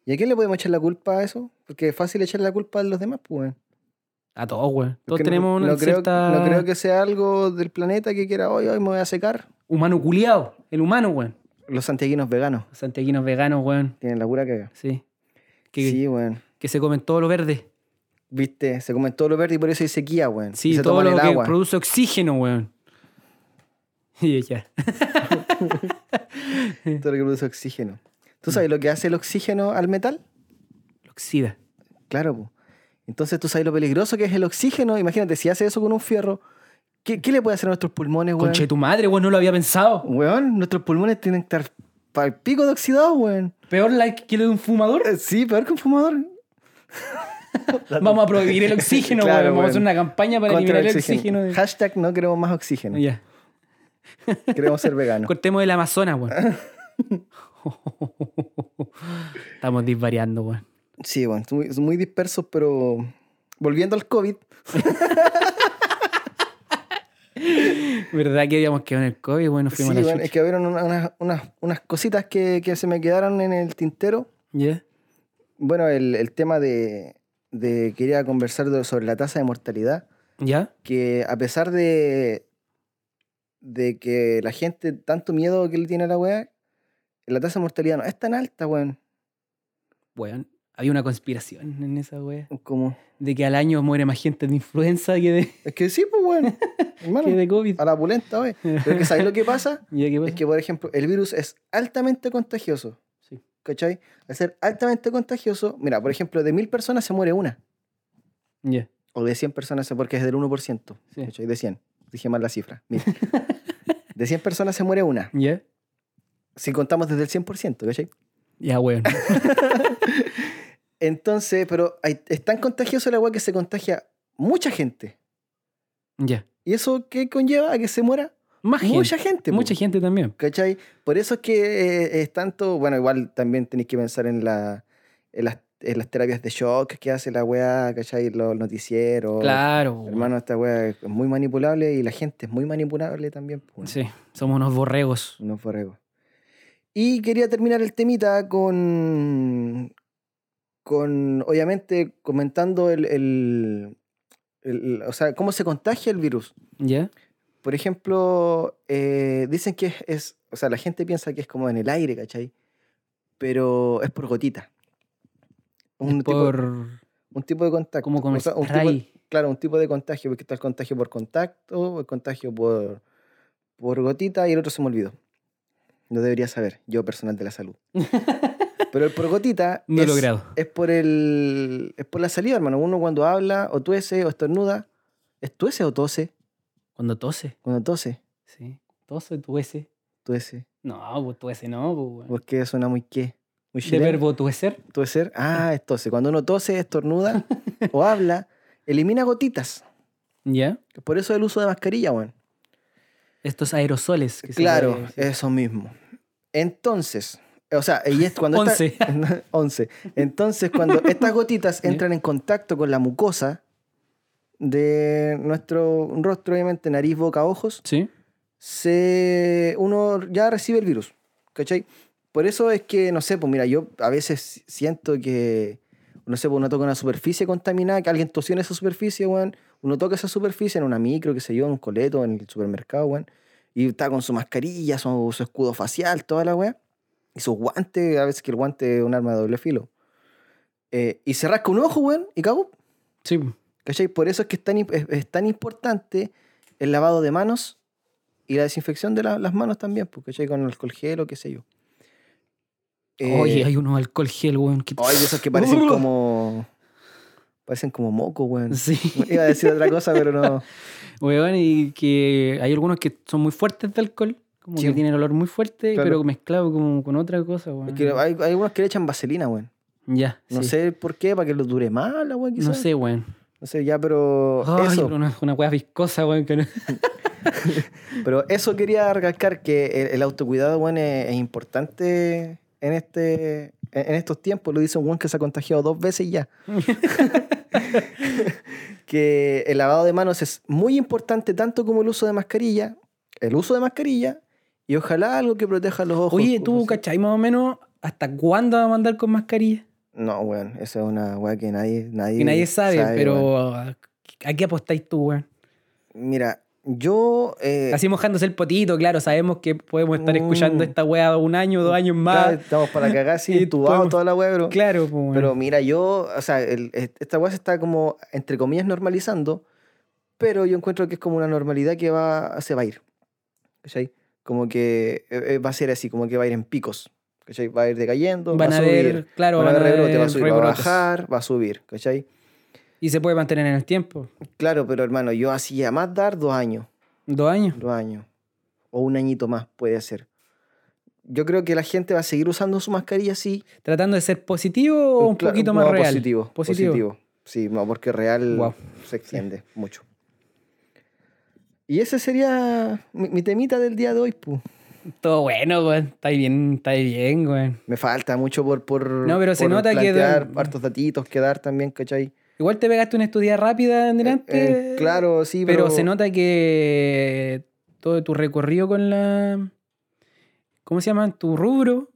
S1: ¿Y a quién le podemos echar la culpa a eso? Porque es fácil echar la culpa a los demás, pues, weón.
S2: A todos, weón. Todos
S1: Porque no-
S2: tenemos una
S1: no creo,
S2: cierta...
S1: no creo que sea algo del planeta que quiera, hoy, hoy me voy a secar.
S2: Humano culiado. El humano, weón.
S1: Los santiaguinos veganos
S2: Los santiaguinos veganos, weón.
S1: tienen la pura caga.
S2: Sí. Que,
S1: Sí, weón.
S2: que se comen todo lo verde.
S1: Viste, se comen todo lo verde y por eso hay sequía, weón. Y
S2: Sí,
S1: se
S2: todo
S1: toman
S2: lo
S1: el
S2: que
S1: agua.
S2: produce oxígeno, weón. *laughs* Y ya.
S1: Todo lo que produce oxígeno. ¿Tú
S2: Mm.
S1: sabes lo que hace el oxígeno al metal?
S2: Lo oxida.
S1: Claro, po. Entonces tú sabes lo peligroso que es el oxígeno. Imagínate, si hace eso con un fierro, ¿qué, qué le puede hacer a nuestros pulmones, weón?
S2: Conche tu madre, weón, no lo había pensado.
S1: Weón, nuestros pulmones tienen que estar pal pico de oxidados, weón. *laughs*
S2: Peor like que lo de un fumador.
S1: Eh, Sí, peor que un fumador. *laughs*
S2: Vamos a prohibir el oxígeno,
S1: Claro,
S2: weón. Vamos a
S1: weón.
S2: hacer una campaña para
S1: Contra
S2: eliminar el oxígeno. de-
S1: Hashtag no queremos más oxígeno.
S2: Ya.
S1: Queremos ser veganos.
S2: Cortemos el Amazonas,
S1: *laughs*
S2: weón. Estamos disvariando, weón.
S1: Sí, weón, son muy, son muy dispersos, pero volviendo al COVID,
S2: ¿Verdad que habíamos quedado en el COVID, weón? Nos
S1: sí,
S2: fuimos a la
S1: weón, es
S2: chucha.
S1: que hubieron una- unas, unas- unas cositas que, que se me quedaron en el tintero.
S2: Ya.
S1: Bueno, el, el tema de, de- Quería conversar de- sobre la tasa de mortalidad.
S2: ¿Ya?
S1: que a pesar de, de que la gente, tanto miedo que le tiene a la weá, la tasa de mortalidad no es tan alta, weón.
S2: Weón. Había una conspiración en esa weón.
S1: Como,
S2: De que al año muere más gente de influenza que de,
S1: es que sí, pues,
S2: *laughs*
S1: weón.
S2: que
S1: Hermano,
S2: de COVID.
S1: a la pulenta, weón. Pero es que ¿sabes lo que pasa?
S2: *laughs* ¿Ya qué pasa?
S1: Es que, por ejemplo, el virus es altamente contagioso.
S2: Sí.
S1: ¿Cachai? Al ser altamente contagioso, mira, por ejemplo, de mil personas se muere una.
S2: Ya.
S1: O de 100 personas, porque es del 1%.
S2: Sí.
S1: ¿Cachai? De 100. Dije mal la cifra. mil. *laughs* de 100 personas se muere una.
S2: ¿Ya?
S1: Si contamos desde el 100%, ¿cachai?
S2: Ya, *laughs* weón.
S1: Entonces, pero hay- es tan contagioso el agua que se contagia mucha gente.
S2: Ya.
S1: ¿Y eso qué conlleva? A que se muera
S2: Más
S1: mucha
S2: gente.
S1: gente. po,
S2: Mucha gente también.
S1: ¿Cachai? Por eso es que eh, es tanto. Bueno, igual también tenéis que pensar en, la, en, las, en las terapias de shock que hace la weá, ¿cachai? Los noticieros.
S2: Claro. weón.
S1: Hermano, esta weá es muy manipulable y la gente es muy manipulable también. po.
S2: Sí. Somos unos borregos.
S1: No fue rego. Y quería terminar el temita con. con obviamente comentando el, el- el- O sea, cómo se contagia el virus.
S2: ¿Ya?
S1: Por ejemplo, eh, dicen que es, es- O sea, la gente piensa que es como en el aire, ¿cachai? Pero es por gotita. Un, tipo,
S2: Por.
S1: un tipo de contacto.
S2: Como con
S1: o sea, un tipo-
S2: spray.
S1: claro, un tipo de contagio, porque está el contagio por contacto, el contagio por, por gotita y el otro se me olvidó. No debería saber, yo personal de la
S2: *laughs*
S1: salud. Pero el por gotita
S2: No he
S1: es,
S2: logrado.
S1: es por el es por la salida, hermano. Uno cuando habla o tuece o estornuda, ¿es tuece o tose?
S2: Cuando tose.
S1: Cuando tose,
S2: Sí. Tose, tuece.
S1: tuece.
S2: No, pues tuece no, pues, weón.
S1: Porque suena muy qué. Muy
S2: De
S1: chileno.
S2: verbo tuecer. *laughs*
S1: Tuecer. Ah, es tose. Cuando uno tose, estornuda o habla, elimina gotitas.
S2: ¿Ya?
S1: Por eso el uso de mascarilla, weón.
S2: Estos aerosoles. que se
S1: Claro,
S2: puede- sí.
S1: eso mismo. Entonces, o sea, y es
S2: *laughs*
S1: cuando esta-
S2: Once.
S1: *laughs* 11. Entonces,
S2: *laughs*
S1: cuando estas gotitas entran en contacto con la mucosa de nuestro rostro, obviamente, nariz, boca, ojos,
S2: Sí.
S1: se, uno ya recibe el virus, ¿cachai? Por eso es que, no sé, pues mira, yo a veces siento que, no sé, pues uno toca una superficie contaminada, que alguien tosió en esa superficie, weón, uno toca esa superficie en una micro, que se yo, en un coleto, en el supermercado, weón, y está con su mascarilla, su, su escudo facial, toda la weá, y sus guantes, a veces que el guante es un arma de doble filo. Eh, y se rasca un ojo, weón, y cago.
S2: Sí.
S1: ¿Cachai? Por eso es que es tan, im- es, es tan importante el lavado de manos y la desinfección de la- las manos también, porque ¿cachai? Con alcohol gel o qué sé yo. Eh,
S2: Eh, Oye, hay unos alcohol gel, weón. que- *laughs*
S1: ay, de esos que parecen como... Parecen como moco, weón.
S2: Uh. Sí.
S1: *laughs* Iba a decir otra cosa, pero
S2: *laughs*
S1: no.
S2: Weón, y que hay algunos que son muy fuertes de alcohol, como
S1: Sí.
S2: que tienen olor muy fuerte,
S1: Claro.
S2: pero mezclado como con otra cosa, weón.
S1: Es que hay, hay algunos que le echan vaselina, weón.
S2: Ya,
S1: No
S2: sí.
S1: sé por qué, para que los dure más la weón, quizás.
S2: No sé, weón.
S1: No sé, ya, pero
S2: Ay,
S1: eso.
S2: pero una, una weá viscosa, weón. que no-
S1: Pero eso quería recalcar, que el, el autocuidado, weón, es, es importante en este en en estos tiempos. Lo dice un weón que se ha contagiado dos veces
S2: *laughs*
S1: ya. que el lavado de manos es muy importante, tanto como el uso de mascarilla. El uso de mascarilla y ojalá algo que proteja los ojos.
S2: Oye, tú,
S1: cachai.
S2: ¿cachai más o menos hasta cuándo vamos a andar con mascarilla?
S1: No, weón, esa es una weá que nadie, nadie,
S2: Que nadie sabe,
S1: weón.
S2: pero ¿a- ¿a qué apostáis tú, weón?
S1: Mira, yo. eh,
S2: Así mojándose el potito, claro, sabemos que podemos estar
S1: Mm.
S2: escuchando esta weá un año, dos años
S1: claro,
S2: más.
S1: Estamos para cagar,
S2: *laughs* Y
S1: sí, entubados,
S2: podemos-
S1: toda la weá, pero.
S2: Claro, pues, weón.
S1: Pero mira, yo, o sea, el- est- esta weá se está como, entre comillas, normalizando, pero yo encuentro que es como una normalidad que va, se va a ir. ¿Cachai? Como que eh, eh, va a ser así, como que va a ir en picos. ¿Cachai? Va a ir decayendo,
S2: van
S1: va
S2: a
S1: a
S2: ver,
S1: subir.
S2: claro,
S1: van a ver rebrote, va a subir, va a
S2: rebrotes.
S1: bajar, va a subir. ¿Cachai?
S2: Y se puede mantener en el tiempo.
S1: Claro, pero hermano, yo hacía más dar dos años.
S2: Dos años.
S1: Dos años. O un añito más puede ser. Yo creo que la gente va a seguir usando su mascarilla, sí,
S2: Tratando de ser positivo o un
S1: Claro,
S2: poquito más
S1: Pues no,
S2: real.
S1: Positivo, positivo. Sí, no, porque real
S2: Guau.
S1: se extiende mucho. Y ese sería mi, mi temita del día de hoy, pu.
S2: Todo bueno, weón. Está bien, está bien, weón.
S1: Me falta mucho por, por,
S2: No, pero se
S1: por
S2: nota que
S1: plantear
S2: da-
S1: hartos datitos que dar también, ¿cachai?
S2: Igual te pegaste una estudiada rápida en delante.
S1: Eh, claro, sí, pero...
S2: pero, se nota que todo tu recorrido con la. ¿Cómo se llama? Tu rubro.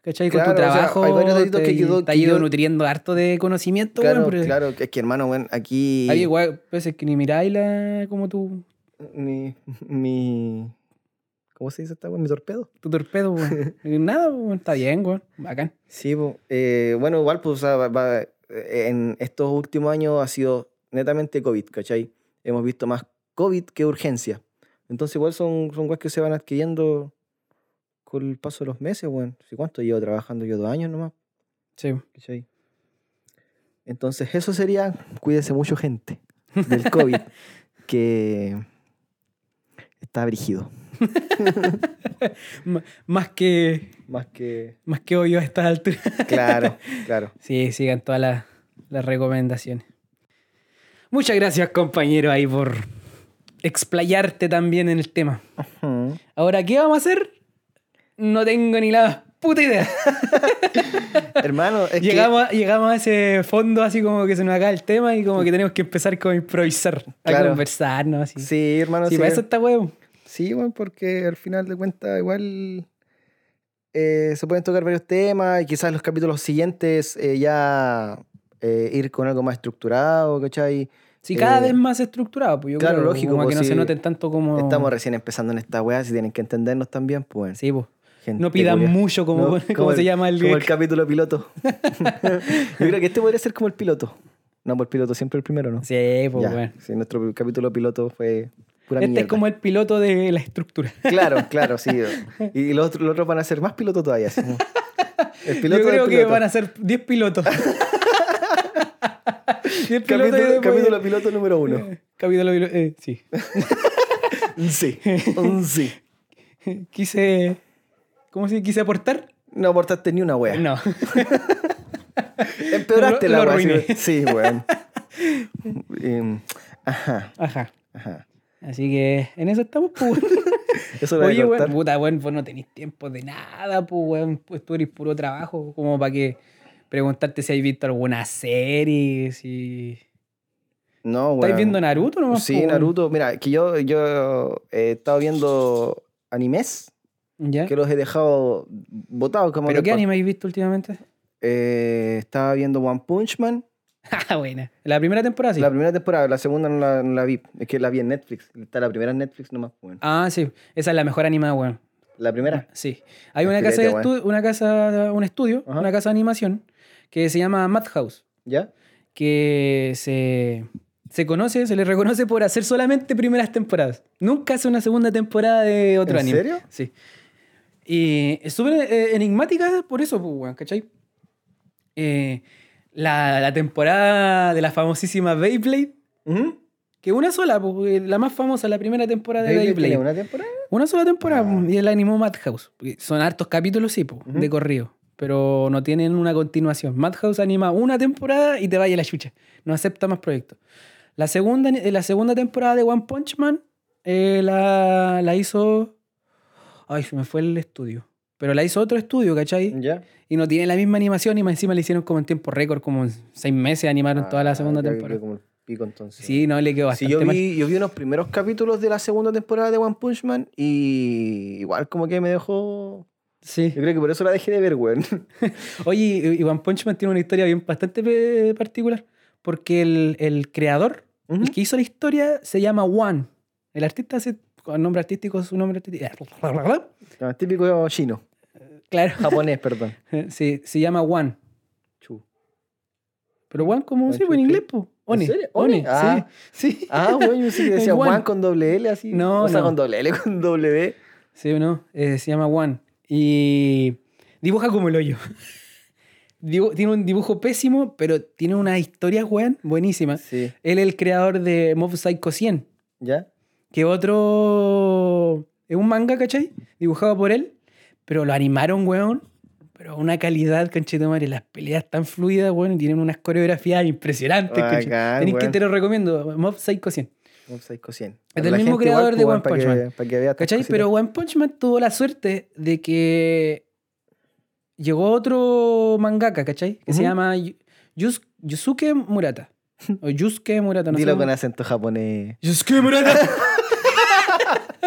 S2: ¿Cachai? con tu
S1: Claro, o sea,
S2: trabajo.
S1: hay varios deditos
S2: te,
S1: que quedó-
S2: te ha
S1: que
S2: ido
S1: yo-
S2: nutriendo harto de conocimiento,
S1: Claro,
S2: weón, pero-
S1: claro, que es que hermano, bueno, aquí
S2: Había igual veces que ni miráis la, como tu,
S1: mi, mi... ¿Cómo se dice esta weá? Mi torpedo.
S2: tu torpedo, weón.
S1: *laughs*
S2: Nada, weón, está bien, weón. Bacán.
S1: Sí, po. Eh, bueno, igual, pues, o sea, va- va- eh, en estos últimos años ha sido netamente COVID, ¿cachai? Hemos visto más COVID que urgencia. Entonces, igual son, son weas que se van adquiriendo con el paso de los meses, weón. ¿Sí, ¿Cuánto llevo trabajando yo? Dos años nomás,
S2: Sí.
S1: ¿cachai? Entonces, eso sería, cuídese mucho, gente,
S2: *laughs*
S1: del COVID, que está brígido.
S2: M- más que
S1: Más que.
S2: más que obvio a estas alturas. *laughs*
S1: Claro, claro.
S2: Sí, sigan todas las, las recomendaciones. Muchas gracias, compañero, ahí por explayarte también en el tema. Mm.
S1: Ujú.
S2: Ahora, ¿qué vamos a hacer? No tengo ni la puta idea.
S1: Hermano, es que-
S2: Llegamos, a, llegamos a ese fondo así como que se nos acaba el tema y como que tenemos que empezar como a improvisar, a
S1: Claro.
S2: conversar, ¿no? Así.
S1: Sí, hermano,
S2: Sí,
S1: sí.
S2: para eso está huevo.
S1: Sí, bueno, porque al final de cuentas igual eh, se pueden tocar varios temas y quizás los capítulos siguientes eh, ya eh, ir con algo más estructurado, ¿cachai?
S2: Sí, cada
S1: Eh,
S2: vez más estructurado, pues yo
S1: claro,
S2: creo,
S1: lógico,
S2: como
S1: pues,
S2: que no
S1: sí.
S2: se noten tanto como...
S1: Estamos recién empezando en esta weá, si tienen que entendernos también, pues.
S2: Sí, pues.
S1: gente
S2: No pidan
S1: culia.
S2: mucho como, *laughs*
S1: No,
S2: como, se
S1: el-
S2: llama el...
S1: Como el capítulo
S2: *laughs*
S1: piloto. *laughs* Yo creo que este podría ser como el piloto. No, por piloto, siempre el primero, ¿no?
S2: Sí, pues,
S1: Ya,
S2: bueno.
S1: sí, nuestro capítulo piloto fue pura
S2: Este es
S1: mierda.
S2: como el piloto de la estructura.
S1: Claro, claro,
S2: *laughs*
S1: sí. Y los otros, los otros van a ser más pilotos todavía. así como- El
S2: yo creo
S1: del
S2: que
S1: piloto.
S2: van a ser 10
S1: *laughs*
S2: pilotos. 10 pilotos y
S1: Capítulo,
S2: después-
S1: capítulo piloto número
S2: *laughs*
S1: uno.
S2: Eh, Capítulo... pilo- eh, sí. *laughs*
S1: Sí, sí.
S2: Quise... ¿Cómo se dice? Quise aportar.
S1: No aportaste ni una wea.
S2: No.
S1: Empeoraste
S2: Lo-
S1: la
S2: lo
S1: wea.
S2: arruiné.
S1: sí, Sí,
S2: *laughs*
S1: weón. Em, ajá,
S2: Ajá.
S1: ajá.
S2: Así que en eso estamos, pues.
S1: *laughs* Eso lo voy
S2: Oye,
S1: a
S2: weón,
S1: cortar.
S2: puta, weón, vos no tenés tiempo de nada, pues, weón, pues tú eres puro trabajo, como para que preguntarte si has visto alguna serie, si...
S1: No,
S2: ¿Estáis
S1: weón.
S2: viendo Naruto nomás? po,
S1: Sí,
S2: weón?
S1: Naruto. Mira, que yo, yo eh, he estado viendo animes
S2: ¿Ya?
S1: que los he dejado botados. Como
S2: ¿Eh? ¿Pero
S1: que
S2: qué
S1: pa-
S2: anime habéis visto últimamente?
S1: Eh, estaba viendo One Punch Man.
S2: *laughs* Ah, buena. La primera temporada, sí.
S1: La primera temporada, la segunda no la, no la vi. Es que la vi en Netflix. Está la primera en Netflix nomás. weón.
S2: Ah, sí. Esa es la mejor animada, weón.
S1: La primera.
S2: Sí. Hay una
S1: Es
S2: casa, de
S1: filete,
S2: estu- una casa, un estudio,
S1: Ajá.
S2: una casa de animación que se llama Madhouse,
S1: ¿Ya?
S2: que se, se conoce, se le reconoce por hacer solamente primeras temporadas. Nunca hace una segunda temporada de otro
S1: ¿En
S2: anime.
S1: serio?
S2: Sí. Y es súper eh, enigmática por eso, pues, weón, ¿cachai? Eh, la, la temporada de la famosísima Beyblade,
S1: ¿Mm?
S2: que una sola, porque la más famosa, la primera temporada de
S1: Beyblade
S2: Beyblade.
S1: tiene
S2: Una...
S1: una temporada?
S2: sola temporada
S1: Ah.
S2: y la animó Madhouse. porque Son hartos capítulos, sí, po,
S1: Ujú.
S2: de corrido, pero no tienen una continuación. Madhouse anima una temporada y te vaya la chucha. No acepta más proyectos. La segunda, eh, la segunda temporada de One Punch Man eh, la, la hizo. Ay, se me fue el estudio. Pero la hizo otro estudio, ¿cachai?
S1: Ya.
S2: Y no tiene la misma animación y más encima le hicieron como en tiempo récord, como en seis meses animaron toda la
S1: Ah,
S2: segunda
S1: ya que quedó
S2: temporada.
S1: como el pico entonces.
S2: Sí, no, le quedó
S1: Sí,
S2: bastante
S1: yo
S2: mal.
S1: vi, yo vi unos primeros capítulos de la segunda temporada de One Punch Man y igual como que me dejó...
S2: Sí.
S1: Yo creo que por eso la dejé de ver, weón.
S2: Oye, y- y One Punch Man tiene una historia bien bastante pe- particular, porque el, el creador,
S1: Ujú.
S2: el que hizo la historia, se llama One. El artista, se, con nombre artístico, su nombre artístico. eh,
S1: Ah, Típico chino.
S2: Claro, *laughs*
S1: Japonés, perdón.
S2: sí, se llama One.
S1: Chu.
S2: Pero One como
S1: One,
S2: sí,
S1: two,
S2: pues, en
S1: three.
S2: inglés, po. One.
S1: ¿En serio?
S2: One,
S1: One. Ah.
S2: sí. sí.
S1: Ah, bueno, yo sí que decía
S2: El Juan.
S1: Juan con doble L así.
S2: No,
S1: o sea,
S2: no.
S1: con doble L, con doble D.
S2: *laughs* Sí, ¿no? Eh, se llama Juan. Y dibuja como el hoyo. *laughs* Dibu- tiene un dibujo pésimo, pero tiene una historia, weón, buenísima.
S1: Sí.
S2: Él es el creador de Mob Psycho 100,
S1: ¿Ya?
S2: que otro... Es un manga, ¿cachai? Dibujado por él, pero lo animaron, weón. Pero una calidad, conchetumare. Las peleas tan fluidas, weón, y tienen unas coreografías impresionantes, conche-
S1: Bacán,
S2: Tenéis que
S1: weón.
S2: te lo recomiendo, Mob Psycho 100.
S1: Un Psycho 100.
S2: Es
S1: Para
S2: del
S1: la
S2: mismo
S1: gente igual,
S2: creador de
S1: pues,
S2: One
S1: para
S2: Punch
S1: que-
S2: Man.
S1: Para que veas
S2: ¿Cachai? Pero One Punch Man tuvo la suerte de que llegó otro mangaka, ¿cachai? Que se
S1: Ujú.
S2: llama Yu- Yus- Yusuke Murata. O Yusuke Murata, no
S1: *laughs*
S2: sé
S1: Dilo
S2: cómo-
S1: con acento japonés.
S2: Yusuke Murata.
S1: *laughs*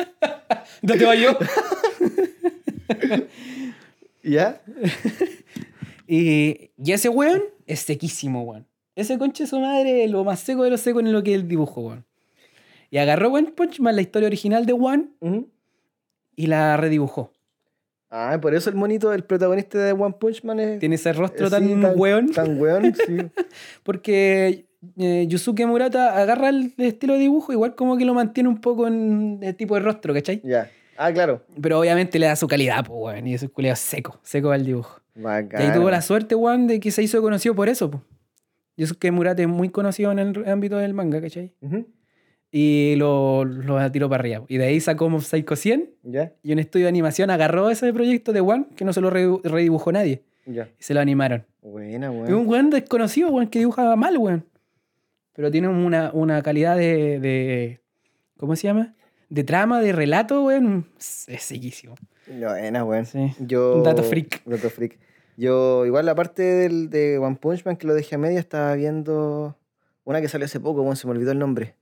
S2: *laughs* no te vayas.
S1: ¿Ya?
S2: Y, y ese weón es sequísimo, weón. Ese conche de su madre es lo más seco de lo seco en lo que es el dibujo, weón. Y agarró One Punch Man la historia original de One
S1: Ujú.
S2: y la redibujó.
S1: Ah, por eso el monito, el protagonista de One Punch Man es...
S2: Tiene ese rostro
S1: es-
S2: tan,
S1: sí,
S2: weón.
S1: Tan weón,
S2: *laughs*
S1: sí.
S2: Porque eh, Yusuke Murata agarra el estilo de dibujo, igual como que lo mantiene un poco en el tipo de rostro, ¿cachai?
S1: ya. Ah, claro.
S2: Pero obviamente le da su calidad, pues, weón. Y eso es culiao seco, seco al dibujo.
S1: Bacán.
S2: Y ahí tuvo la suerte, weón, de que se hizo conocido por eso, pues. Yusuke Murata es muy conocido en el ámbito del manga, ¿cachai?
S1: Ujú.
S2: Y lo, lo tiró para arriba. po. Y de ahí sacó Mob Psycho 100
S1: Ya,
S2: y un estudio de animación agarró ese proyecto de One que no se lo re- redibujó nadie.
S1: ya.
S2: Y se lo animaron.
S1: Buena,
S2: Es
S1: weón.
S2: un weón desconocido, weón, que dibuja mal, weón. Pero tiene una, una calidad de, de- ¿Cómo se llama? De trama, de relato, weón. Es es sequísimo.
S1: Buena, weón.
S2: Sí.
S1: Yo,
S2: Un dato freak.
S1: Dato freak. Yo, igual la parte del, de One Punch Man que lo dejé a media, estaba viendo una que salió hace poco, bueno, se me olvidó el nombre.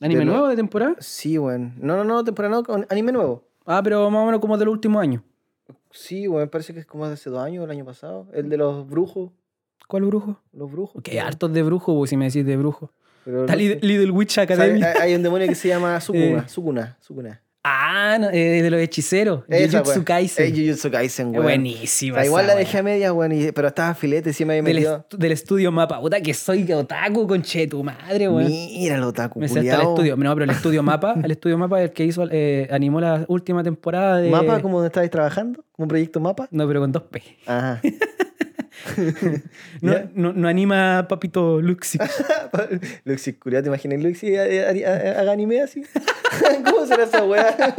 S2: ¿Anime
S1: De lo-
S2: nuevo de temporada?
S1: Sí, weón. No, no, no, temporada no, con anime nuevo.
S2: Ah, pero más o menos como del último año.
S1: Sí, weón, parece que es como de hace dos años, el año pasado.
S2: Mm.
S1: El de los brujos.
S2: ¿Cuál brujo?
S1: Los brujos.
S2: Qué hartos de brujo, weón, si me decís de brujo.
S1: Pero
S2: Está
S1: no
S2: Lid-
S1: sé.
S2: Little Witch
S1: ¿Sabe?
S2: Academia.
S1: Hay hay un demonio que se llama Sukuna.
S2: *laughs* Eh.
S1: Sukuna, Sukuna.
S2: Ah, no, eh, de los hechiceros.
S1: Esa,
S2: Jujutsu
S1: weón. Eh,
S2: Kaisen.
S1: Jujutsu Kaisen,
S2: Es
S1: weón. O
S2: Buenísima.
S1: sea, igual
S2: esa,
S1: la dejé
S2: weón.
S1: a media, weón, y- pero estaba a filete, sí me había
S2: del,
S1: metido.
S2: estu- del estudio mapa. Puta, que soy otaku, conche tu madre, weón.
S1: Mira el otaku,
S2: eh, Me sé hasta el
S1: culiao.
S2: estudio. No, pero el estudio Mapa, el estudio Mapa es el que hizo, eh, animó la última temporada de.
S1: ¿Mapa como donde estabais trabajando? ¿Como un proyecto
S2: *laughs*
S1: mapa?
S2: No, pero con dos P.
S1: Ajá. *laughs*
S2: No,
S1: Ya.
S2: no, no anima
S1: *laughs*
S2: Papito Luxi.
S1: Luxi, culiao, ¿te imaginas Luxi ha- ha- ha- haga anime así? *laughs* ¿Cómo será esa weá?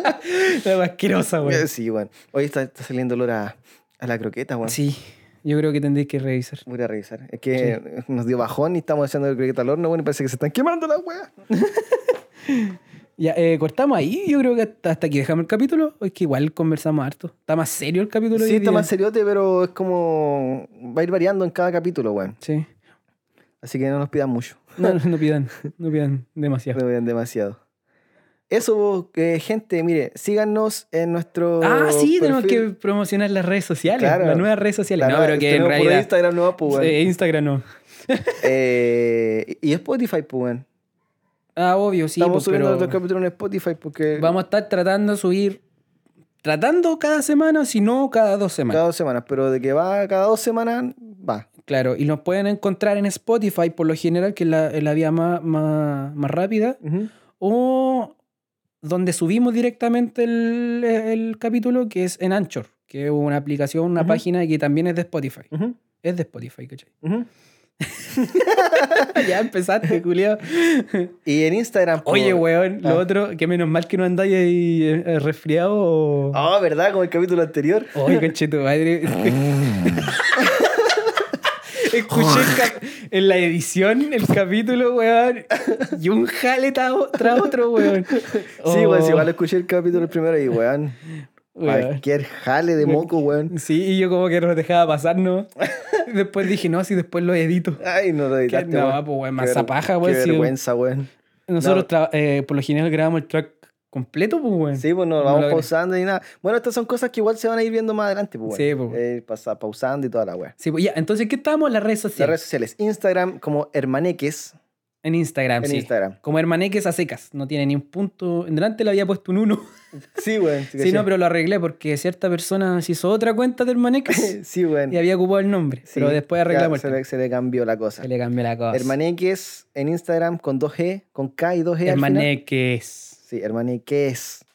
S2: La asquerosa, güey.
S1: sí, weón. Hoy está, está saliendo olor a, a la croqueta, weón.
S2: Sí, yo creo que tendréis que revisar.
S1: Voy a ir a revisar. Es que nos dio bajón y estamos haciendo croqueta al horno, bueno, y parece que se están quemando las weas.
S2: Ya, eh, cortamos ahí. Yo creo que hasta, hasta aquí dejamos el capítulo. Es que igual conversamos harto. Está más serio el capítulo.
S1: Sí,
S2: hoy
S1: está
S2: día.
S1: más seriote, pero es como. Va a ir variando en cada capítulo, weón.
S2: Sí.
S1: Así que no nos pidan mucho.
S2: No, no pidan, no pidan demasiado.
S1: No vean demasiado. Eso, eh, gente, mire, síganos en nuestro.
S2: Ah, sí, tenemos que
S1: perfil.
S2: promocionar las redes sociales,
S1: Claro.
S2: las nuevas redes sociales.
S1: La
S2: no,
S1: nueva-
S2: pero que en
S1: tenemos puro
S2: realidad.
S1: Instagram no pues, weón.
S2: Eh, Instagram no.
S1: Eh, y Spotify, pues, weón.
S2: Ah, obvio, sí.
S1: Estamos
S2: pues,
S1: subiendo
S2: pero...
S1: los capítulos en Spotify porque.
S2: Vamos a estar tratando de subir. Tratando cada semana, si no cada dos
S1: cada
S2: semanas.
S1: dos semanas, pero de que va cada dos semanas, va.
S2: Claro, y nos pueden encontrar en Spotify por lo general, que es la, es la vía más, más, más rápida,
S1: Ujú.
S2: o donde subimos directamente el, el capítulo, que es en Anchor, que es una aplicación, una
S1: Ujú.
S2: página que también es de Spotify.
S1: Ujú.
S2: Es de Spotify, ¿cachai? *laughs*
S1: Ujú.
S2: ya empezaste, culiao.
S1: Y en Instagram. po,
S2: Oye, weón,
S1: Ah.
S2: lo otro, que menos mal que no andáis ahí, eh, resfriado o...
S1: Ah, ¿verdad? Como el capítulo anterior.
S2: Oye, conche
S1: *laughs*
S2: tu madre.
S1: Ah.
S2: Escuché el cap- en la edición el capítulo, weón, y un jale ta- tras otro, weón.
S1: Sí, weón,
S2: Oh,
S1: si igual escuché el capítulo primero y, weón,
S2: *laughs* weón.
S1: cualquier jale de moco, weón.
S2: Sí, y yo como que no los dejaba pasar, ¿no? Después dije, no, si después lo edito.
S1: Ay, no lo editaste,
S2: no,
S1: weón.
S2: pues, weón,
S1: Qué
S2: más
S1: ver-
S2: zapaja, weón,
S1: Qué
S2: sí, weón.
S1: vergüenza, weón.
S2: Nosotros
S1: No.
S2: tra- eh, por lo general grabamos el track completo, pues, weón.
S1: Sí, pues no
S2: No
S1: vamos
S2: lo agregué.
S1: pausando y nada. Bueno, estas son cosas que igual se van a ir viendo más adelante, pues,
S2: Sí,
S1: weón.
S2: pues,
S1: Eh, pasa- pausando y toda la weón.
S2: Sí, pues, ya, entonces, ¿qué estábamos en las redes sociales?
S1: Las redes sociales. Instagram como Hermaneques.
S2: En Instagram,
S1: En
S2: sí.
S1: Instagram.
S2: Como hermaneques a secas. No tiene ni un punto. En delante le había puesto un uno.
S1: Sí, weón.
S2: *laughs* Sí, no, pero lo arreglé porque cierta persona se hizo otra cuenta
S1: *laughs*
S2: de hermaneques
S1: *laughs* Sí, weón.
S2: y había ocupado el nombre.
S1: Sí,
S2: pero después arreglamos
S1: ya Se
S2: el
S1: le, se le cambió la cosa.
S2: Se le cambió la cosa.
S1: Hermaneques en Instagram con 2G, con K y 2G. al final.
S2: Hermaneques.
S1: Sí,
S2: *laughs*
S1: hermaneques.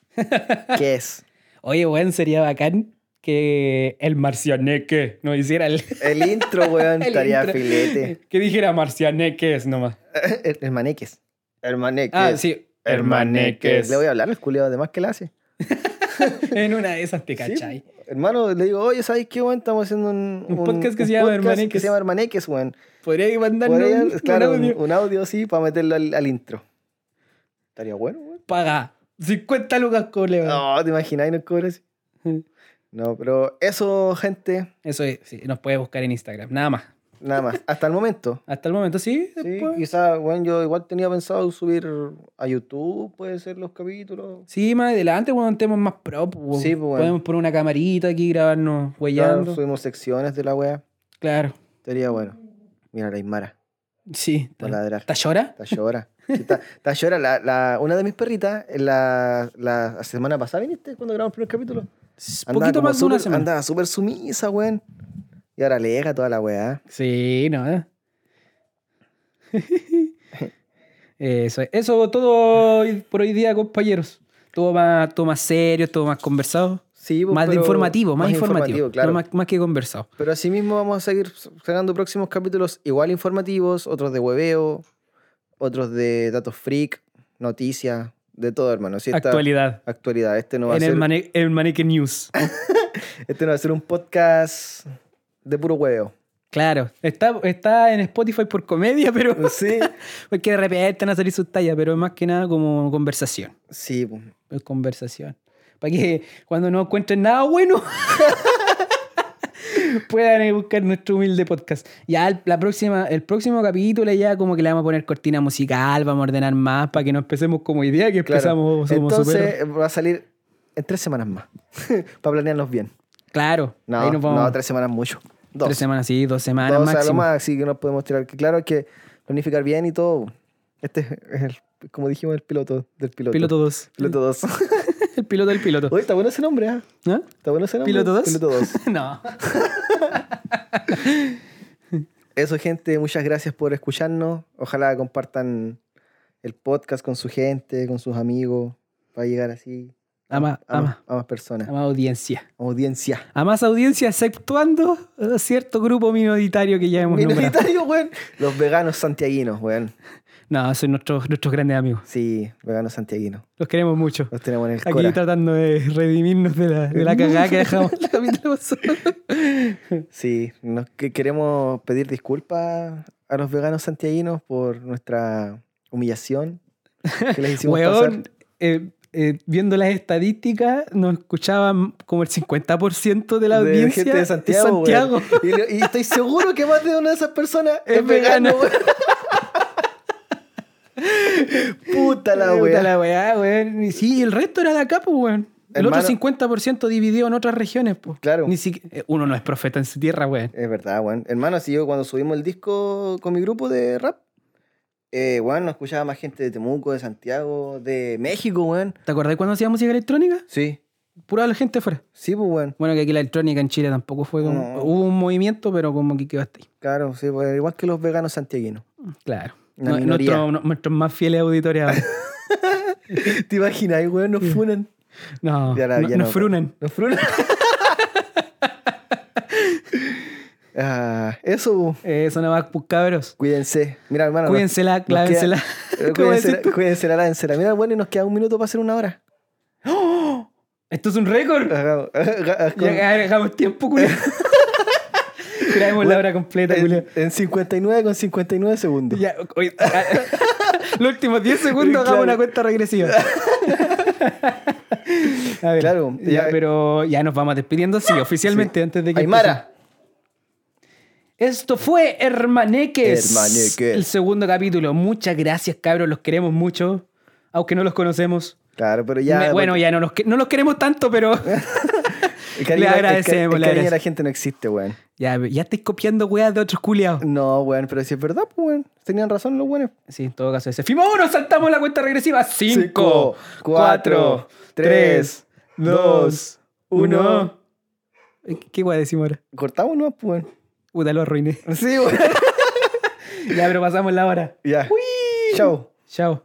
S1: ¿Qué es?
S2: Oye, weón, sería bacán que el marcianeque no hiciera el... *laughs*
S1: El intro, weón,
S2: El
S1: estaría
S2: intro. *laughs*
S1: filete.
S2: Que dijera marcianeques nomás.
S1: El- Hermaneques. Hermaneques.
S2: Ah, sí. Hermaneques.
S1: Le voy a hablar al culiado, además que la hace.
S2: En una de esas te
S1: Sí,
S2: cachai.
S1: Hermano, le digo, oye, ¿sabes qué, weón? Estamos haciendo un,
S2: Un podcast que se llama Hermaneques.
S1: Que se llama Hermaneques, weón.
S2: Podría mandarnos
S1: Podría-
S2: un, un
S1: claro, un-
S2: audio.
S1: un audio así para meterlo al, al intro. Estaría bueno, weón.
S2: Paga 50 lucas cole. weón.
S1: No, ¿te imagináis nos cobras? No, pero eso, gente,
S2: Eso es, sí, nos puede buscar en Instagram. Nada más.
S1: nada más. Hasta el momento.
S2: Hasta el momento, sí.
S1: Sí,
S2: después.
S1: quizás, bueno, yo igual tenía pensado subir a YouTube, puede ser los capítulos.
S2: Sí, más adelante, cuando estemos más pro, pues, weón.
S1: Sí, pues, weón.
S2: podemos poner una camarita aquí, grabarnos
S1: Ya
S2: huellando. Claro.
S1: subimos secciones de la wea. Estaría bueno. Mira la Ismara,
S2: Sí.
S1: para ladrar.
S2: ¿Está llora?
S1: Está llora. Sí, Está, está llora. La, la- una de mis perritas, en la, la semana pasada viniste cuando grabamos el primer capítulo.
S2: Un
S1: Andaba
S2: poquito
S1: como
S2: más de una
S1: súper-
S2: semana.
S1: Andaba súper sumisa, weón. Y ahora lega toda la weá.
S2: Sí, no. ¿eh? *laughs* eso, es. eso todo hoy- por hoy día, compañeros. Todo más, todo más serio, todo más conversado.
S1: Sí, pues,
S2: Más de
S1: pero-
S2: informativo, más, informativo.
S1: claro.
S2: no más, más que conversado.
S1: Pero asimismo vamos a seguir sacando próximos capítulos igual informativos, otros de hueveo, otros de datos freak, noticias, de todo, hermano. Sí, esta-
S2: Actualidad.
S1: Actualidad. Este no va a
S2: En el,
S1: ser,
S2: mane- el Maneque News.
S1: este no va a ser un podcast de puro hueveo.
S2: Claro, está, está en Spotify por comedia, pero
S1: *laughs* Sí,
S2: *laughs* porque de repente van a salir sus tallas, pero es más que nada como conversación.
S1: sí. po.
S2: Es conversación. Para que cuando no encuentren nada bueno, *laughs* puedan ir a buscar nuestro humilde podcast. Ya el, la próxima, el próximo capítulo ya como que le vamos a poner cortina musical, vamos a ordenar más para que no empecemos como idea que
S1: Claro.
S2: empezamos somos
S1: Entonces
S2: súper-
S1: va a salir en tres semanas más, *laughs* para planearnos bien.
S2: Claro,
S1: No,
S2: ahí nos vamos.
S1: no, tres semanas mucho. Dos.
S2: Tres semanas, sí, dos semanas
S1: Dos, o sea, lo
S2: máximo.
S1: más, sí que nos podemos tirar. Que Claro, hay que planificar bien y todo. Este es, el, como dijimos, el piloto del piloto.
S2: Piloto 2.
S1: Piloto 2.
S2: *laughs* El piloto del piloto.
S1: *laughs* Oye, está bueno ese nombre, ¿ah?
S2: ¿Ah?
S1: Está bueno ese nombre.
S2: ¿Piloto 2?
S1: Piloto 2.
S2: *laughs* No.
S1: Eso, gente, muchas gracias por escucharnos. Ojalá compartan el podcast con su gente, con sus amigos, para llegar así
S2: Ama,
S1: a, más-
S2: ama,
S1: a más personas.
S2: a más audiencia.
S1: Audiencia.
S2: A más audiencia, exceptuando a cierto grupo minoritario que ya hemos nombrado.
S1: Minoritario,
S2: *laughs*
S1: weón. Los veganos santiaguinos, weón.
S2: No, son nuestros, nuestros grandes amigos.
S1: Sí, veganos santiaguinos.
S2: Los queremos mucho.
S1: Los tenemos en el
S2: Aquí
S1: corazón.
S2: tratando de redimirnos de la, de la cagada
S1: *laughs*
S2: que dejamos la capítulo pasado.
S1: Sí, nos que- queremos pedir disculpas a los veganos santiaguinos por nuestra humillación que les hicimos pasar.
S2: *laughs* Weón, eh, eh, viendo las estadísticas, nos escuchaban como el 50% de la
S1: de
S2: audiencia
S1: gente de
S2: es
S1: Santiago. güey.
S2: Santiago.
S1: Y, lo- y estoy seguro que más de una de esas personas es,
S2: Es
S1: vegano.
S2: vegano.
S1: güey. *laughs* Puta la
S2: Puta
S1: wea.
S2: la weá, weón. Y sí, el resto era de acá, pues, weón. El
S1: Hermano-
S2: otro 50% dividido en otras regiones, pues.
S1: Claro.
S2: Ni siqui- eh, Uno no es profeta en su tierra, weón.
S1: Es verdad, weón. Hermano, si yo cuando subimos el disco con mi grupo de rap, eh, weón, nos escuchaba más gente de Temuco, de Santiago, de México, weón.
S2: ¿Te acordás cuando hacía música electrónica?
S1: Sí.
S2: Pura la gente fuera.
S1: Sí, pues, weón.
S2: Bueno, que aquí la electrónica en Chile tampoco fue como...
S1: No.
S2: Hubo un movimiento, pero como que quedó hasta ahí.
S1: Claro, sí, pues, igual que los veganos santiaguinos. *laughs*
S2: Claro.
S1: Una
S2: No-
S1: minoría.
S2: nuestro- no- nuestros más fieles
S1: *laughs*
S2: auditores ahora.
S1: ¿Te imaginas, weón? Nos funan.
S2: No,
S1: Ya la-
S2: no,
S1: ya
S2: nos
S1: no.
S2: frunan.
S1: Nos funan. *laughs* Ah, eso,
S2: Eso nada más, pues, cabros.
S1: cuídense. Mira, hermano. nos-
S2: Cuídensela,
S1: nos queda-
S2: clávensela. *laughs*
S1: Eh,
S2: ¿Cómo
S1: Cuídensela,
S2: decís tú?
S1: cuídensela, lávensela. Mira, bueno, y nos queda un minuto para hacer una hora.
S2: Esto es un récord. *laughs*
S1: Hagamos- hagamos-
S2: Ya hagamos tiempo,
S1: *laughs*
S2: culiao. Grabemos la hora completa, culiao.
S1: en, en 59 con 59 segundos.
S2: Ya, oye, *laughs* ah, los últimos 10 segundos
S1: Claro.
S2: hagamos una
S1: *laughs*
S2: cuenta regresiva. A ver,
S1: Claro,
S2: ya,
S1: ya- eh.
S2: pero ya nos vamos despidiendo, sí, oficialmente, antes de que.
S1: Aymara.
S2: Esto fue Hermaneques.
S1: Hermaneques.
S2: El segundo capítulo. Muchas gracias, cabros. Los queremos mucho. Aunque no los conocemos.
S1: Claro, pero ya. pues,
S2: Me- bueno, ya no los, que- no los queremos tanto, pero. *laughs*
S1: el cariño-
S2: le
S1: el ca-
S2: agradecemos,
S1: El,
S2: le
S1: cariño de la
S2: agradecemos.
S1: gente no existe, weón.
S2: ya, ya estáis copiando weas de otros culiados.
S1: No, weón, pero si es verdad, pues, weón. Tenían razón los weones.
S2: Sí, en todo caso. Ese. ¡Fimo uno! Saltamos la cuenta regresiva. Cinco,
S1: Cinco,
S2: cuatro,
S1: cuatro,
S2: tres,
S1: tres,
S2: dos,
S1: dos,
S2: uno.
S1: uno.
S2: ¿Qué guay decimos ahora?
S1: Cortamos, no, pues, weón.
S2: Puta, lo arruiné. *laughs*
S1: Sí, weón.
S2: ya, pero pasamos la hora.
S1: ya. Chao.
S2: Chao.